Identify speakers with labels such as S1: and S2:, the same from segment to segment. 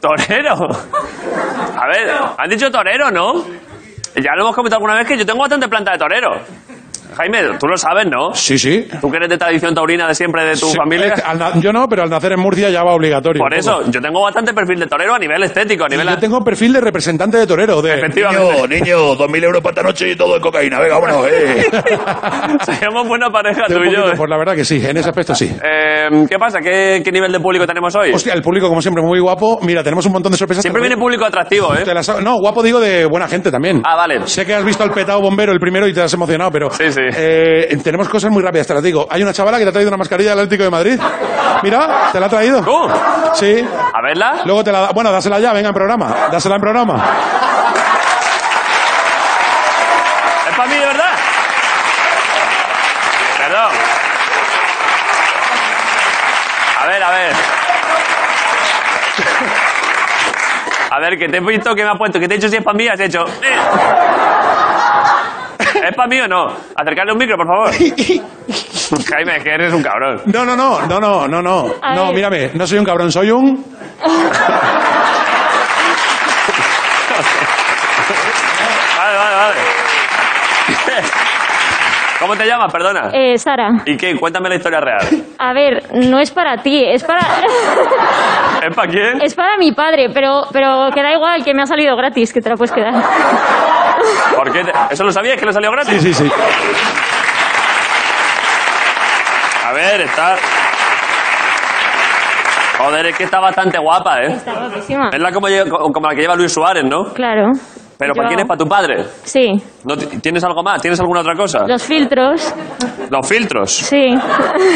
S1: torero. A ver, han dicho torero, ¿no? Ya lo hemos comentado alguna vez que yo tengo bastante planta de torero. Jaime, tú lo sabes, ¿no?
S2: Sí, sí.
S1: Tú que eres de tradición taurina de siempre de tu
S2: Sí,
S1: familia.
S2: eh, al na- yo no, pero al nacer en Murcia ya va obligatorio.
S1: Por
S2: un poco.
S1: eso, yo tengo bastante perfil de torero a nivel estético, a
S2: Y
S1: nivel.
S2: Yo tengo perfil de representante de torero. De...
S1: Efectivamente.
S3: Niño, niño, dos mil euros para esta noche y todo de cocaína. Venga, vámonos, eh.
S1: Seríamos buena pareja
S2: de
S1: tú
S2: un
S1: y yo.
S2: poquito,
S1: ¿eh?
S2: pues la verdad que sí, en ese aspecto sí.
S1: Eh, ¿Qué pasa? ¿Qué, qué nivel de público tenemos hoy?
S2: Hostia, el público, como siempre, muy guapo. Mira, tenemos un montón de sorpresas.
S1: Siempre viene público atractivo, ¿eh?
S2: Te las- No, guapo digo de buena gente también.
S1: Ah, vale.
S2: Sé que has visto al petado bombero el primero y te has emocionado, pero.
S1: Sí, sí.
S2: eh, tenemos cosas muy rápidas, te las digo. Hay una chavala que te ha traído una mascarilla del Atlético de Madrid. Mira, te la ha traído.
S1: ¿Tú?
S2: Sí.
S1: A verla.
S2: Luego te la da. Bueno, dásela ya, venga en programa. Dásela en programa.
S1: Es para mí, de verdad. Perdón. A ver, a ver. A ver, que te he visto que me has puesto, que te he dicho si es para mí, has hecho. "Eh". ¿Es para mí o no? Acercarle un micro, por favor. Jaime, es que eres un cabrón.
S2: No, no, no, no, no, no, no.
S4: A
S2: No,
S4: ver.
S2: mírame, no soy un cabrón, soy un.
S1: Vale, vale, vale. ¿Cómo te llamas? Perdona.
S4: Eh, Sara,
S1: ¿Y qué? Cuéntame la historia real.
S4: a ver, no es para ti, es para,
S1: ¿Es para quién?
S4: es para mi padre, pero, pero que da igual, que me ha salido gratis, que te la puedes quedar.
S1: ¿Por qué? te- ¿Eso lo sabías? ¿Que le salió gratis?
S2: Sí, sí, sí.
S1: A ver, está. Joder, es que está bastante guapa, ¿eh?
S4: Está guapísima.
S1: Es la como, lle- co- como la que lleva Luis Suárez, ¿no?
S4: Claro.
S1: Pero ¿para
S4: Yo-
S1: quién es? ¿Para tu padre?
S4: Sí,
S1: ¿No ti- ¿Tienes algo más? ¿Tienes alguna otra cosa?
S4: los filtros,
S1: Los filtros.
S4: sí.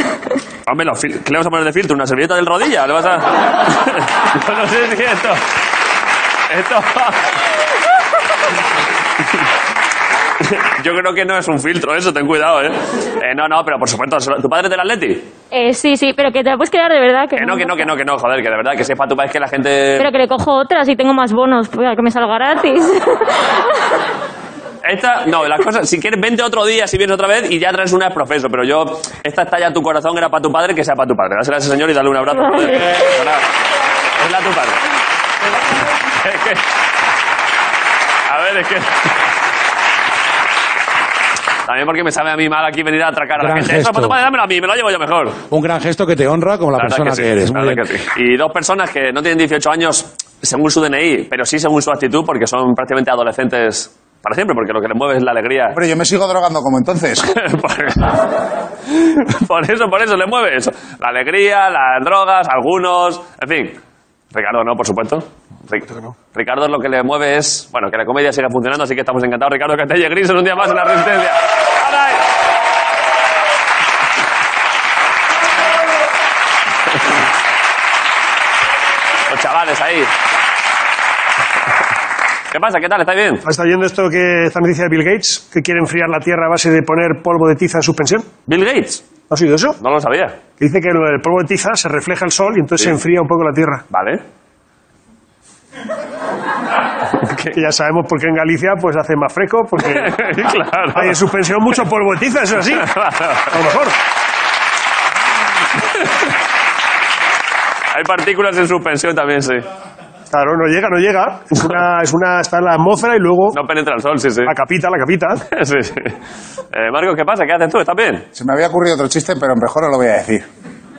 S1: Hombre, los fil- ¿qué le vamos a poner de filtro? ¿Una servilleta del rodilla? ¿Le vas a...? Yo no sé si esto... Esto... Yo creo que no es un filtro eso, ten cuidado, ¿eh? Eh, no, no, pero por supuesto, ¿tu padre es del Atleti?
S4: Eh, sí, sí, pero que te la puedes quedar de verdad. Que
S1: Que no, que no, que no, que no, joder, que de verdad, que sepa tu país que la gente...
S4: Pero que le cojo otras y tengo más bonos para que me salga gratis.
S1: Esta, no, las cosas, si quieres, vente otro día, si vienes otra vez y ya traes una profeso. Pero yo, esta está ya tu corazón, era para tu padre, que sea para tu padre. Dásela a ese señor y dale un abrazo.
S4: Vale.
S1: Joder, Jonás, Dásela a tu padre. Es que- A ver, es que. También porque me sabe a mí mal aquí venir a atracar a la
S2: Gran
S1: gente. Eso para tu
S2: gesto.
S1: padre, dámelo a mí, me lo llevo yo mejor.
S2: Un gran gesto que te honra como la,
S1: La verdad
S2: persona que,
S1: sí,
S2: eres.
S1: la
S2: Muy
S1: verdad
S2: bien.
S1: que sí. Y dos personas que no tienen 18 años según su DNI, pero sí según su actitud, porque son prácticamente adolescentes para siempre, porque lo que les mueve es la alegría.
S5: Hombre, yo me sigo drogando como entonces.
S1: por, por eso, por eso le mueve eso. La alegría, las drogas, algunos, en fin. Ricardo no, por supuesto. Ri- Ricardo lo que le mueve es, bueno, que la comedia siga funcionando, así que estamos encantados. Ricardo Cantelle Gris en un día más en la Resistencia. ¡Ahora! Los chavales ahí. ¿Qué pasa? ¿Qué tal? ¿Estáis bien?
S6: ¿Está oyendo esto que esta noticia de Bill Gates? Que quiere enfriar la Tierra a base de poner polvo de tiza en suspensión.
S1: Bill Gates.
S6: ¿Has oído eso?
S1: No lo sabía.
S6: Que dice que el polvo de tiza se refleja el sol y entonces se enfría un poco la Tierra.
S1: Vale.
S6: Que ya sabemos por qué en Galicia pues hace más fresco, porque
S1: claro.
S6: hay en suspensión mucho polvo de tiza, eso es así. A lo mejor.
S1: Hay partículas en suspensión también, sí.
S6: Claro, no llega, no llega. Es una, es una, está en la atmósfera y luego
S1: No penetra el sol, sí, sí.
S6: la capita, la capita.
S1: sí, sí. Eh, Marcos, ¿qué pasa? ¿Qué haces tú? ¿Estás bien?
S5: Se me había ocurrido otro chiste, pero mejor no lo voy a decir.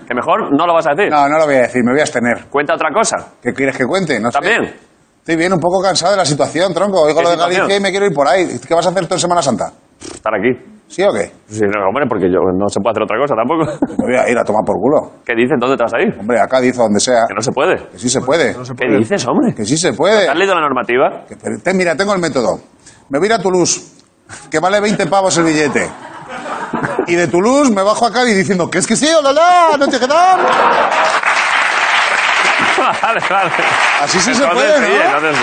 S1: Que mejor no lo vas a decir.
S5: No, no lo voy a decir, me voy a abstener.
S1: Cuenta otra cosa.
S5: ¿Qué quieres que cuente? No sé.
S1: ¿Estás bien?
S5: Estoy bien, un poco cansado de la situación, tronco. Oigo
S1: ¿Qué
S5: lo de
S1: situación?
S5: Galicia y me quiero ir por ahí. ¿Qué vas a hacer tú en Semana Santa?
S1: Estar aquí.
S5: ¿Sí o qué?
S1: Sí, no, hombre, porque yo no se puede hacer otra cosa tampoco.
S5: Me voy a ir a tomar por culo.
S1: ¿Qué dices? ¿Dónde te vas a ir?
S5: Hombre, a Cádiz o donde sea.
S1: Que no se puede.
S5: Que sí se puede.
S1: ¿Qué dices, hombre?
S5: Que sí se
S1: ¿Has
S5: puede.
S1: leído la normativa?
S5: Que- pero te- mira, tengo el método. Me voy a ir a Toulouse, que vale 20 pavos el billete. Y de Toulouse me bajo a Cádiz diciendo que es que sí, hola, hola, no te quedas.
S1: vale, vale.
S5: Así sí se
S1: Entonces
S5: puede,
S1: sí,
S5: ¿no?
S1: entonces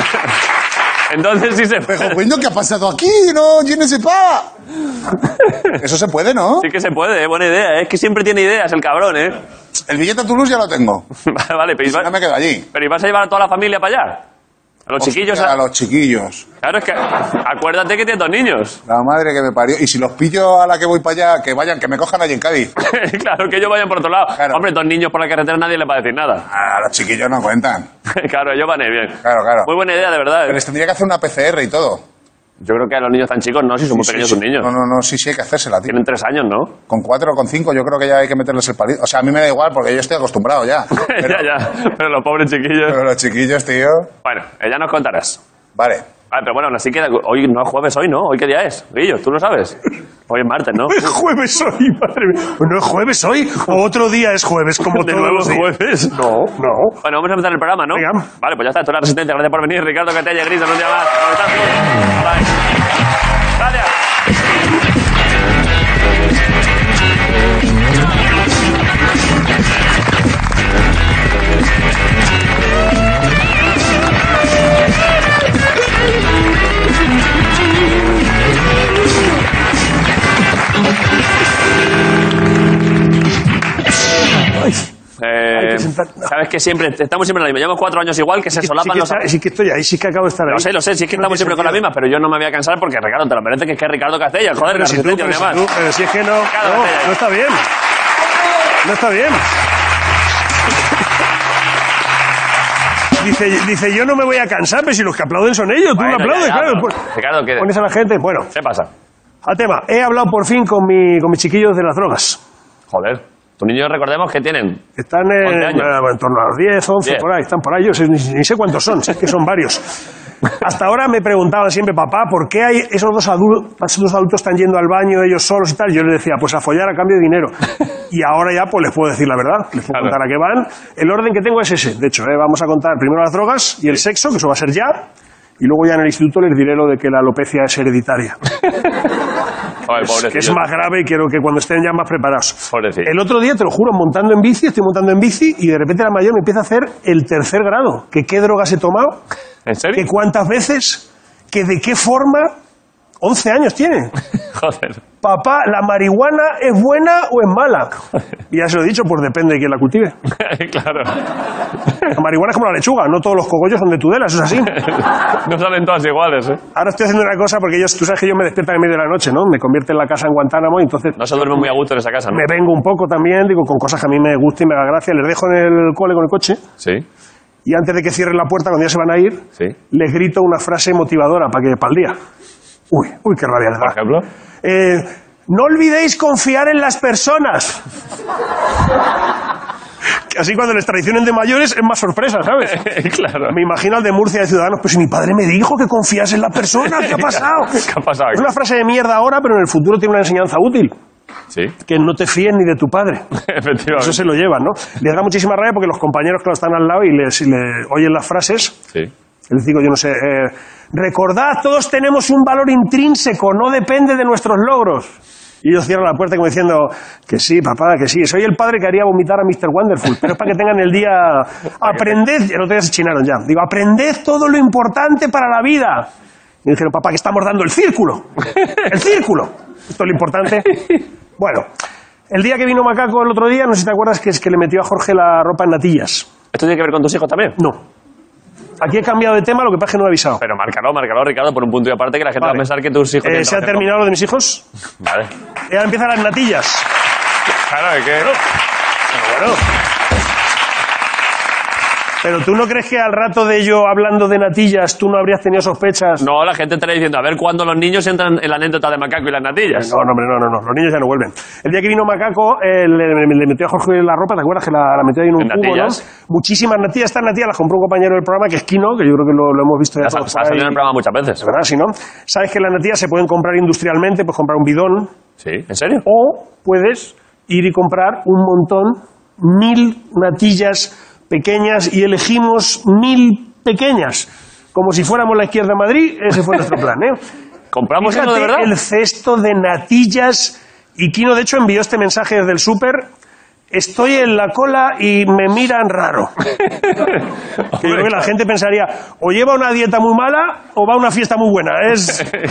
S1: sí. entonces sí se
S5: Pero
S1: puede.
S5: bueno, ¿qué ha pasado aquí? No, yo no sé pa. Eso se puede, ¿no?
S1: Sí que se puede, eh, buena idea. eh. Es que siempre tiene ideas el cabrón, ¿eh?
S5: El billete a Toulouse ya lo tengo.
S1: vale, vale, pero
S5: Ya me quedo allí.
S1: ¿Pero y vas a llevar a toda la familia para allá? A los chiquillos.
S5: Hostia,
S1: a-
S5: A los chiquillos.
S1: Claro, es que. Acuérdate que tienes dos niños.
S5: La madre que me parió. Y si los pillo a la que voy para allá, que vayan, que me cojan allí en Cádiz.
S1: claro, que ellos vayan por otro lado.
S5: Claro.
S1: Hombre, dos niños por la carretera nadie les va a decir nada.
S5: Ah, los chiquillos no cuentan.
S1: claro, ellos van a ir bien.
S5: Claro, claro.
S1: Muy buena idea, de verdad. ¿eh?
S5: Pero les tendría que hacer una PCR y todo.
S1: Yo creo que a los niños tan chicos no, si son muy pequeños
S5: Sí,
S1: sus
S5: sí.
S1: niños.
S5: No, no, no, sí, sí, hay que hacérsela, tío.
S1: Tienen tres años, ¿no?
S5: Con cuatro o con cinco yo creo que ya hay que meterles el palito. O sea, a mí me da igual porque yo estoy acostumbrado ya. Pero,
S1: ya, ya. Pero los pobres chiquillos.
S5: pero los chiquillos, tío...
S1: Bueno, eh, ya nos contarás.
S5: Vale.
S1: Ah, pero bueno, aún así queda. Hoy no es jueves, hoy no. ¿Hoy qué día es? Guillo, tú lo sabes. Hoy es martes, ¿no?
S5: Pues
S6: Es jueves hoy, madre mía. Pues ¿No es jueves hoy? ¿O otro día es jueves? Como
S1: ¿De
S6: todos
S1: nuevo
S6: los
S1: es
S6: días?
S1: jueves?
S6: No, no.
S1: Bueno, vamos a empezar el programa, ¿no?
S6: Venga.
S1: Vale, pues ya está, esto es la resistencia. Gracias por venir, Ricardo Catella, Gris, en un día más. Abrazos. Bye. Gracias. Eh,
S6: sentar- no.
S1: Sabes que siempre estamos siempre en la misma. Llevamos cuatro años igual que se
S6: Sí
S1: solapan
S6: que,
S1: los.
S6: está- sí que estoy ahí, sí que acabo de estar ahí.
S1: Lo sé, lo sé, si es que estamos siempre con la misma, pero yo no me voy a cansar porque Ricardo te lo merece, que es que es Ricardo Castella, joder, la
S6: Pero si, tú,
S1: resistencia,
S6: pero,
S1: un día
S6: si
S1: más.
S6: tú- pero si es que no,
S1: Claro,
S6: no,
S1: espera.
S6: no está bien. No está bien. Dice, dice, yo no me voy a cansar, pero si los que aplauden son ellos, tú
S1: Bueno,
S6: no
S1: ya,
S6: aplaudes,
S1: ya,
S6: claro.
S1: pero-
S6: pues-
S1: Ricardo, ¿qué-
S6: Pones a la gente, bueno,
S1: ¿Qué pasa?
S6: al tema. He hablado por fin con, mi, con mis chiquillos de las drogas.
S1: Joder, tus niños recordemos que tienen.
S6: Están en,
S1: 11 años.
S6: eh, en torno a los 10, 11,
S1: Bien.
S6: por ahí, están por ahí, yo sé- ni, ni sé cuántos son, sé que son varios. Hasta ahora me preguntaban siempre, papá, ¿por qué hay esos dos, adultos, esos dos adultos están yendo al baño ellos solos y tal? Yo les decía, pues a follar a cambio de dinero. Y ahora ya pues les puedo decir la verdad, les puedo
S1: Claro.
S6: contar a qué van. El orden que tengo es ese, de hecho, eh, vamos a contar primero las drogas y el sexo, que eso va a ser ya, y luego ya en el instituto les diré lo de que la alopecia es hereditaria
S1: Joder,
S6: que es
S1: pobrecillos.
S6: más grave y quiero que cuando estén ya más preparados.
S1: Pobrecillo.
S6: El otro día, te lo juro, montando en bici, estoy montando en bici y de repente la mayor me empieza a hacer el tercer grado. Que qué drogas he tomado,
S1: ¿En serio?
S6: que cuántas veces, que de qué forma... 11 años tiene.
S1: Joder.
S6: Papá, ¿la marihuana es buena o es mala? Y ya se lo he dicho, pues depende de quién la cultive.
S1: claro.
S6: La marihuana es como la lechuga, no todos los cogollos son de Tudela, eso es así.
S1: no salen todas iguales, ¿eh?
S6: Ahora estoy haciendo una cosa porque ellos, tú sabes que yo me despierto en medio de la noche, ¿no? Me convierte en la casa en Guantánamo y entonces
S1: No se duerme muy a gusto en esa casa, ¿no?
S6: me vengo un poco también, digo, con cosas que a mí me gustan y me hagan gracia, les dejo en el cole con el coche
S1: Sí,
S6: y antes de que cierren la puerta, cuando ya se van a ir,
S1: sí.
S6: les grito una frase motivadora para que para el día. Uy, uy, qué rabia les
S1: Por
S6: da.
S1: ejemplo.
S6: Eh, no olvidéis confiar en las personas. Que Así cuando les traicionen de mayores es más sorpresa, ¿sabes?
S1: claro.
S6: Me imagino al de Murcia de Ciudadanos, pero si mi padre me dijo que confiase en las personas, ¿qué ha pasado?
S1: ¿Qué ha pasado?
S6: Es una frase de mierda ahora, pero en el futuro tiene una enseñanza útil,
S1: Sí,
S6: que no te fíes ni de tu padre.
S1: efectivamente.
S6: Eso se lo llevan, ¿no? Les da muchísima rabia porque los compañeros, claro, están al lado y les, y le oyen las frases.
S1: Sí.
S6: Les digo, yo no sé, eh, recordad, todos tenemos un valor intrínseco, no depende de nuestros logros. Y ellos cierran la puerta como diciendo, que sí, papá, que sí. Soy el padre que haría vomitar a Mr. Wonderful, pero es para que tengan el día... Aprended, el otro día se chinaron ya. Digo, aprended todo lo importante para la vida. Y dijeron, papá, que estamos dando el círculo. El círculo. Esto es lo importante. Bueno, el día que vino Macaco el otro día, no sé si te acuerdas que es que le metió a Jorge la ropa en natillas.
S1: ¿Esto tiene que ver con tus hijos también?
S6: No. Aquí he cambiado de tema, lo que pasa es que no he avisado.
S1: Pero márcalo, márcalo, Ricardo, por un punto y aparte que la gente va
S6: Vale.
S1: a pensar que tus hijos...
S6: Eh,
S1: tienen
S6: ¿Se
S1: relación
S6: ha
S1: con-
S6: terminado lo de mis hijos?
S1: Vale.
S6: Ya empiezan las natillas.
S1: Claro, es que...
S6: Pero bueno. Pero tú no crees que al rato de yo hablando de natillas tú no habrías tenido sospechas.
S1: No, la gente estaría diciendo, a ver cuándo los niños entran en la anécdota de Macaco y las natillas.
S6: No, no, hombre, no, no, no. Los niños ya no vuelven. El día que vino Macaco, eh, le, le- le metió a Jorge la ropa, ¿te acuerdas que la, la metió ahí en un
S1: En
S6: cubo, no?
S1: natillas.
S6: Muchísimas natillas. Estas natillas las compró un compañero del programa que es Kino, que yo creo que lo, lo hemos visto ya
S1: Ha, sa-
S6: todos por
S1: ha salido en
S6: ahí.
S1: el programa muchas veces.
S6: Es verdad, si no. Sabes que las natillas se pueden comprar industrialmente, puedes comprar un bidón,
S1: Sí, ¿en serio?
S6: o puedes ir y comprar un montón, mil natillas pequeñas y elegimos mil pequeñas. Como si fuéramos la izquierda de Madrid, ese fue nuestro plan. ¿eh?
S1: ¿Compramos eso de
S6: Fíjate
S1: verdad?
S6: el cesto de natillas. Y Kino, de hecho, envió este mensaje desde el súper. Estoy en la cola y me miran raro. Que yo creo que la gente pensaría, o lleva una dieta muy mala o va a una fiesta muy buena. Es, eh,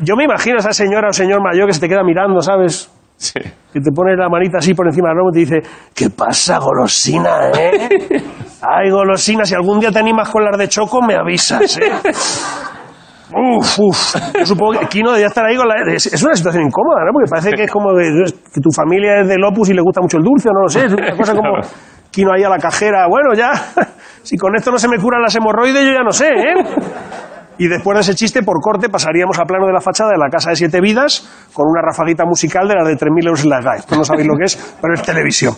S6: yo me imagino a esa señora o señor mayor que se te queda mirando, ¿sabes?
S1: Sí.
S6: que te pone la manita así por encima del lomo y te dice, ¿qué pasa, golosina, eh? Ay, golosina, si algún día te animas con las de choco, me avisas, eh. Uf, uf. Yo supongo que Kino debía estar ahí con la... Es, es una situación incómoda, ¿no? Porque parece que es como de- que tu familia es del Opus y le gusta mucho el dulce, o no lo sé. Es una cosa como...
S1: Claro.
S6: Kino ahí a la cajera, bueno, ya... Si con esto no se me curan las hemorroides, yo ya no sé, ¿eh? Y después de ese chiste, por corte, pasaríamos a plano de la fachada de la Casa de Siete Vidas con una rafaguita musical de la de 3.000 euros en las GAE. Esto no sabéis lo que es, pero es televisión.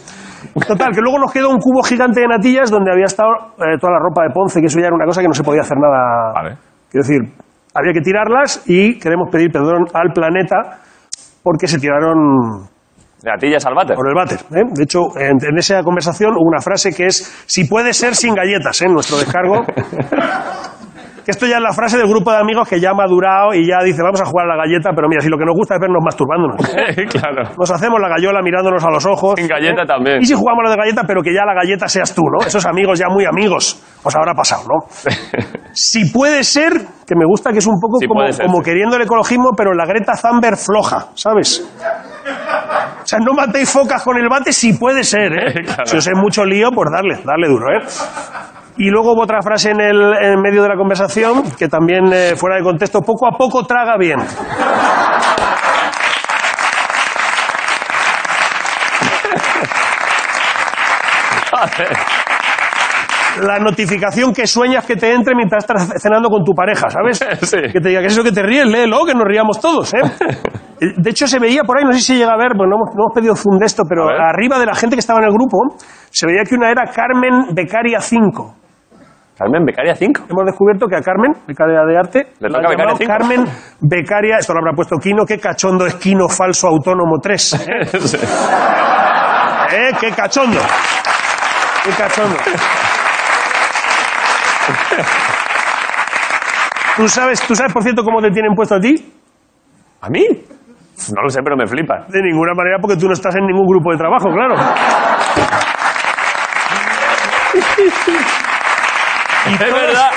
S6: Total, que luego nos quedó un cubo gigante de natillas donde había estado eh, toda la ropa de Ponce, que eso ya era una cosa que no se podía hacer nada.
S1: Vale.
S6: Quiero decir, había que tirarlas y queremos pedir perdón al planeta porque se tiraron
S1: Gatillas al váter.
S6: por el váter. ¿eh? De hecho, en, en esa conversación hubo una frase que es, si puede ser sin galletas, ¿eh? nuestro descargo. Que Esto ya es la frase del grupo de amigos que ya ha madurado y ya dice, vamos a jugar a la galleta, pero mira, si lo que nos gusta es vernos masturbándonos.
S1: claro.
S6: Nos hacemos la gallola mirándonos a los ojos. ¿Eh?
S1: Sin galleta también.
S6: Y si jugamos a la de galleta, pero que ya la galleta seas tú, ¿no? Esos amigos ya muy amigos. Os habrá pasado, ¿no? Si puede ser, que me gusta que es un poco
S1: Si
S6: como,
S1: puede ser,
S6: como
S1: sí.
S6: queriendo el ecologismo, pero la Greta Thunberg floja, ¿sabes? O sea, no matéis focas con el bate si puede ser, ¿eh?
S1: Claro.
S6: Si os es mucho lío, pues darle, darle duro, ¿eh? Y luego hubo otra frase en el en medio de la conversación que también eh, fuera de contexto, poco a poco traga bien. La notificación que sueñas que te entre mientras estás cenando con tu pareja, ¿sabes?
S1: Sí.
S6: Que te diga, que es eso que te ríes? Léelo, que nos ríamos todos, ¿eh? De hecho, se veía por ahí, no sé si llega a ver, porque no hemos, no hemos pedido zoom de esto, pero
S1: A ver.
S6: arriba de la gente que estaba en el grupo, se veía que una era Carmen Becaria 5.
S1: Carmen Becaria 5.
S6: Hemos descubierto que a Carmen, becaria de arte,
S1: Le
S6: la
S1: toca
S6: han
S1: becaria
S6: llamado
S1: cinco.
S6: Carmen Becaria, esto lo habrá puesto Quino, qué cachondo es Quino falso autónomo 3. ¿Eh? ¡Qué cachondo! ¡Qué cachondo! ¿Tú sabes, ¿Tú sabes, por cierto, cómo te tienen puesto a ti?
S1: ¿A mí? No lo sé, pero me flipa.
S6: De ninguna manera, porque tú no estás en ningún grupo de trabajo, claro.
S1: Es
S6: todos-
S1: verdad.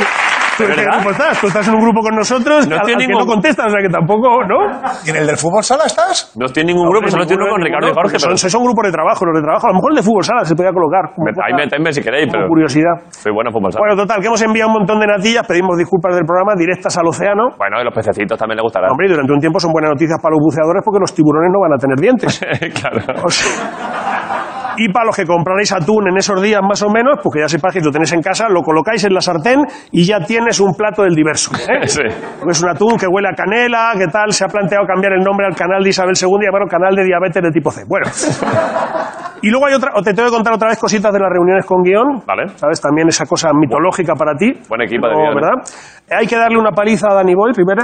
S6: ¿Tú en qué
S1: verdad?
S6: grupo estás? Tú estás en un grupo con nosotros
S1: No
S6: al-
S1: estoy en
S6: al que
S1: ningún-
S6: no contestas, o sea que tampoco, ¿no?
S5: ¿Y en el del fútbol sala estás?
S1: No estoy en ningún grupo, pues solo estoy en uno con Ricardo y Jorge.
S6: Son,
S1: pero-
S6: son grupos de trabajo, los de trabajo. A lo mejor el de fútbol sala se podía colocar. como
S1: Ahí
S6: cosa-
S1: metedme si queréis,
S6: como
S1: pero
S6: curiosidad.
S1: soy bueno fútbol. sala.
S6: Bueno, total, que hemos enviado un montón de natillas, pedimos disculpas del programa directas al océano.
S1: Bueno, y los pececitos también le gustará.
S6: Hombre, y durante un tiempo son buenas noticias para los buceadores porque los tiburones no van a tener dientes.
S1: claro.
S6: O sea, y para los que compraréis atún en esos días más o menos, pues que ya sepáis que lo tenéis en casa, lo colocáis en la sartén y ya tienes un plato del diverso. ¿eh?
S1: Sí.
S6: Porque es un atún que huele a canela, que tal, se ha planteado cambiar el nombre al canal de Isabel II y llamarlo canal de diabetes de tipo C. Bueno. Y luego hay otra, o te tengo que contar otra vez cositas de las reuniones con guión.
S1: Vale.
S6: ¿Sabes? También esa cosa mitológica para ti.
S1: Buen equipo de
S6: No,
S1: guiones.
S6: ¿verdad? Hay que darle una paliza a Dani Boy primero.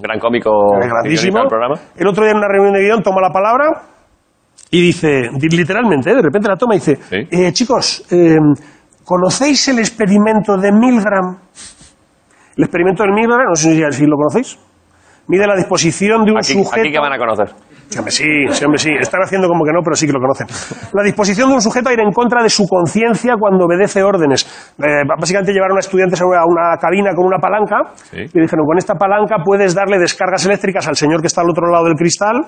S1: Gran cómico.
S6: Es grandísimo.
S1: El programa.
S6: El otro día en una reunión de guión toma la palabra y dice, di- literalmente, ¿eh? de repente la toma y dice,
S1: Sí.
S6: "Eh, chicos, eh, ¿conocéis el experimento de Milgram? El experimento del Milgram, no sé si, si lo conocéis, mide la disposición de un
S1: Aquí,
S6: sujeto...
S1: aquí que van a conocer.
S6: Sí, hombre, sí, sí, hombre, sí. Están haciendo como que no, pero sí que lo conocen. La disposición de un sujeto a ir en contra de su conciencia cuando obedece órdenes. Eh, básicamente llevaron a estudiantes a una, a una cabina con una palanca
S1: Sí.
S6: y dijeron, con esta palanca puedes darle descargas eléctricas al señor que está al otro lado del cristal.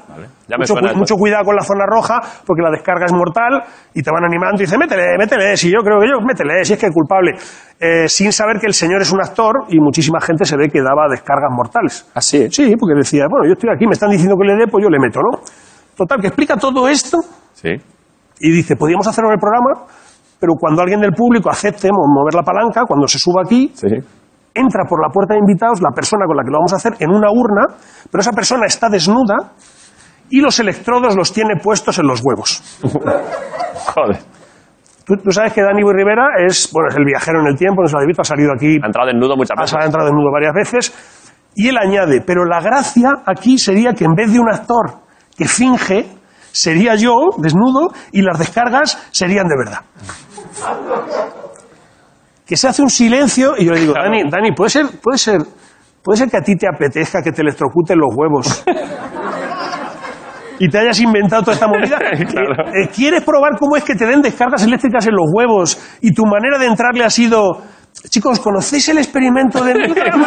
S1: Ya me
S6: Mucho,
S1: suena
S6: cu-
S1: esto.
S6: mucho cuidado con la zona roja porque la descarga es mortal y te van animando y dicen, métele, métele, si yo creo que yo, métele, si es que es culpable. Eh, sin saber que el señor es un actor y muchísima gente se ve que daba descargas mortales.
S1: Así es.
S6: Sí, porque decía, bueno, yo estoy aquí, me están diciendo que le dé, pues yo le meto, ¿no? Total, que explica todo esto
S1: Sí.
S6: y dice, podríamos hacerlo en el programa, pero cuando alguien del público acepte mo- mover la palanca, cuando se suba aquí,
S1: Sí.
S6: entra por la puerta de invitados la persona con la que lo vamos a hacer en una urna, pero esa persona está desnuda y los electrodos los tiene puestos en los huevos.
S1: Joder.
S6: Tú, tú sabes que Dani Boy Rivera es, bueno, es el viajero en el tiempo, nos lo ha ha salido aquí
S1: Ha entrado desnudo muchas veces.
S6: ha ha entrado desnudo varias veces. Y él añade, pero la gracia aquí sería que en vez de un actor que finge, sería yo desnudo y las descargas serían de verdad. Que se hace un silencio y yo le digo,
S1: Claro.
S6: Dani, Dani, puede ser, puede ser, puede ser que a ti te apetezca que te electrocuten los huevos. Y te hayas inventado toda esta movida.
S1: Claro.
S6: Eh, eh, ¿Quieres probar cómo es que te den descargas eléctricas en los huevos y tu manera de entrarle ha sido... Chicos, ¿conocéis el experimento de Milgram?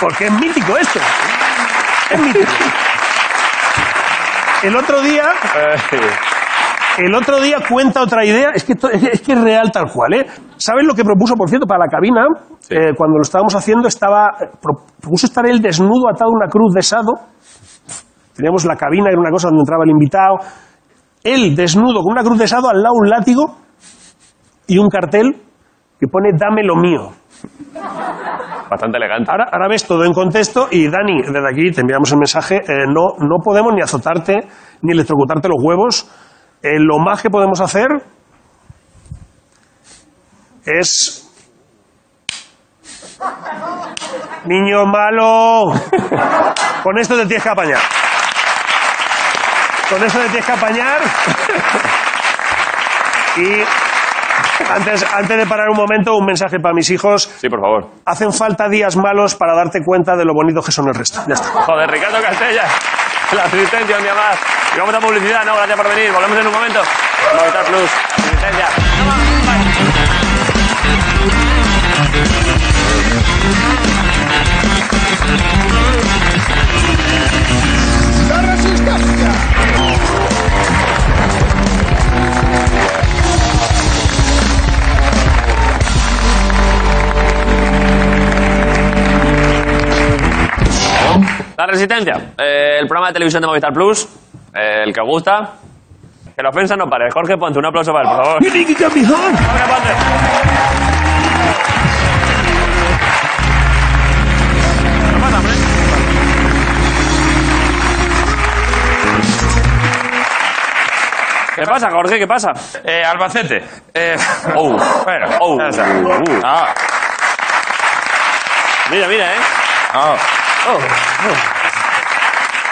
S6: Porque es mítico esto. Es mítico. El otro día, el otro día cuenta otra idea, es que, to- es que es real tal cual, ¿eh? ¿Sabes lo que propuso, por cierto, para la cabina? Eh, cuando lo estábamos haciendo, estaba eh, pro- propuso estar él desnudo atado a una cruz de sado. Teníamos la cabina, era una cosa donde entraba el invitado. Él desnudo con una cruz de sado, al lado un látigo y un cartel que pone dame lo mío.
S1: Bastante elegante.
S6: Ahora, ahora ves todo en contexto y Dani, desde aquí te enviamos el mensaje, eh, no, no podemos ni azotarte ni electrocutarte los huevos. Eh, lo más que podemos hacer es... Niño malo, con esto te tienes que apañar. Con esto te tienes que apañar. Y antes, antes de parar un momento, un mensaje para mis hijos.
S1: Sí, por favor.
S6: Hacen falta días malos para darte cuenta de lo bonitos que son el resto. Ya está.
S1: Joder, Ricardo Castellas. La asistencia un día más. Y vamos a publicidad, ¿no? Gracias por venir. Volvemos en un momento. Movistar Plus. Asistencia. La Resistencia, eh, el programa de televisión de Movistar Plus, eh, el que os gusta. Que la ofensa no pare. Jorge Ponte, un aplauso para él, por favor. Jorge Ponte. ¿Qué pasa, hombre? ¿Qué pasa, Jorge? ¿Qué pasa?
S7: Eh, Albacete. Eh,
S1: Oh,
S7: bueno,
S1: oh,
S7: ya está.
S1: uh.
S7: Ah,
S1: Mira, mira, ¿eh?
S7: ah.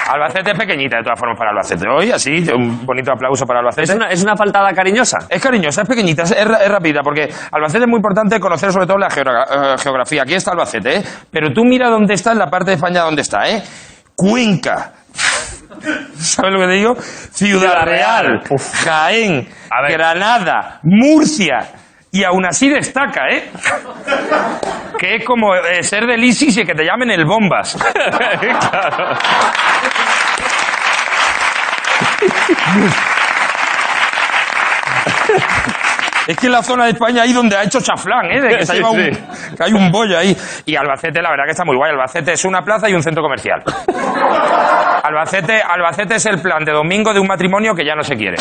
S7: Albacete es pequeñita, de todas formas, para Albacete. Hoy, así, un bonito aplauso para Albacete.
S1: Es una, es una faltada cariñosa.
S7: Es cariñosa, es pequeñita, es, es ra- es rápida, porque Albacete es muy importante conocer sobre todo la geogra- eh, geografía. Aquí está Albacete, ¿eh? Pero tú mira dónde está, en la parte de España dónde está, ¿eh? Cuenca. ¿Sabes lo que te digo? Ciudad
S1: Ciudad Real.
S7: Real, Jaén,
S1: A ver.
S7: Granada, Murcia. Y aún así destaca, ¿eh? Que es como eh, ser del ISIS y que te llamen el Bombas.
S1: Claro.
S7: Es que en la zona de España ahí donde ha hecho chaflán, ¿eh? De que, se
S1: Sí,
S7: lleva un-
S1: sí.
S7: que hay un bollo ahí. Y Albacete, la verdad que está muy guay. Albacete es una plaza y un centro comercial. Albacete, Albacete es el plan de domingo de un matrimonio que ya no se quiere.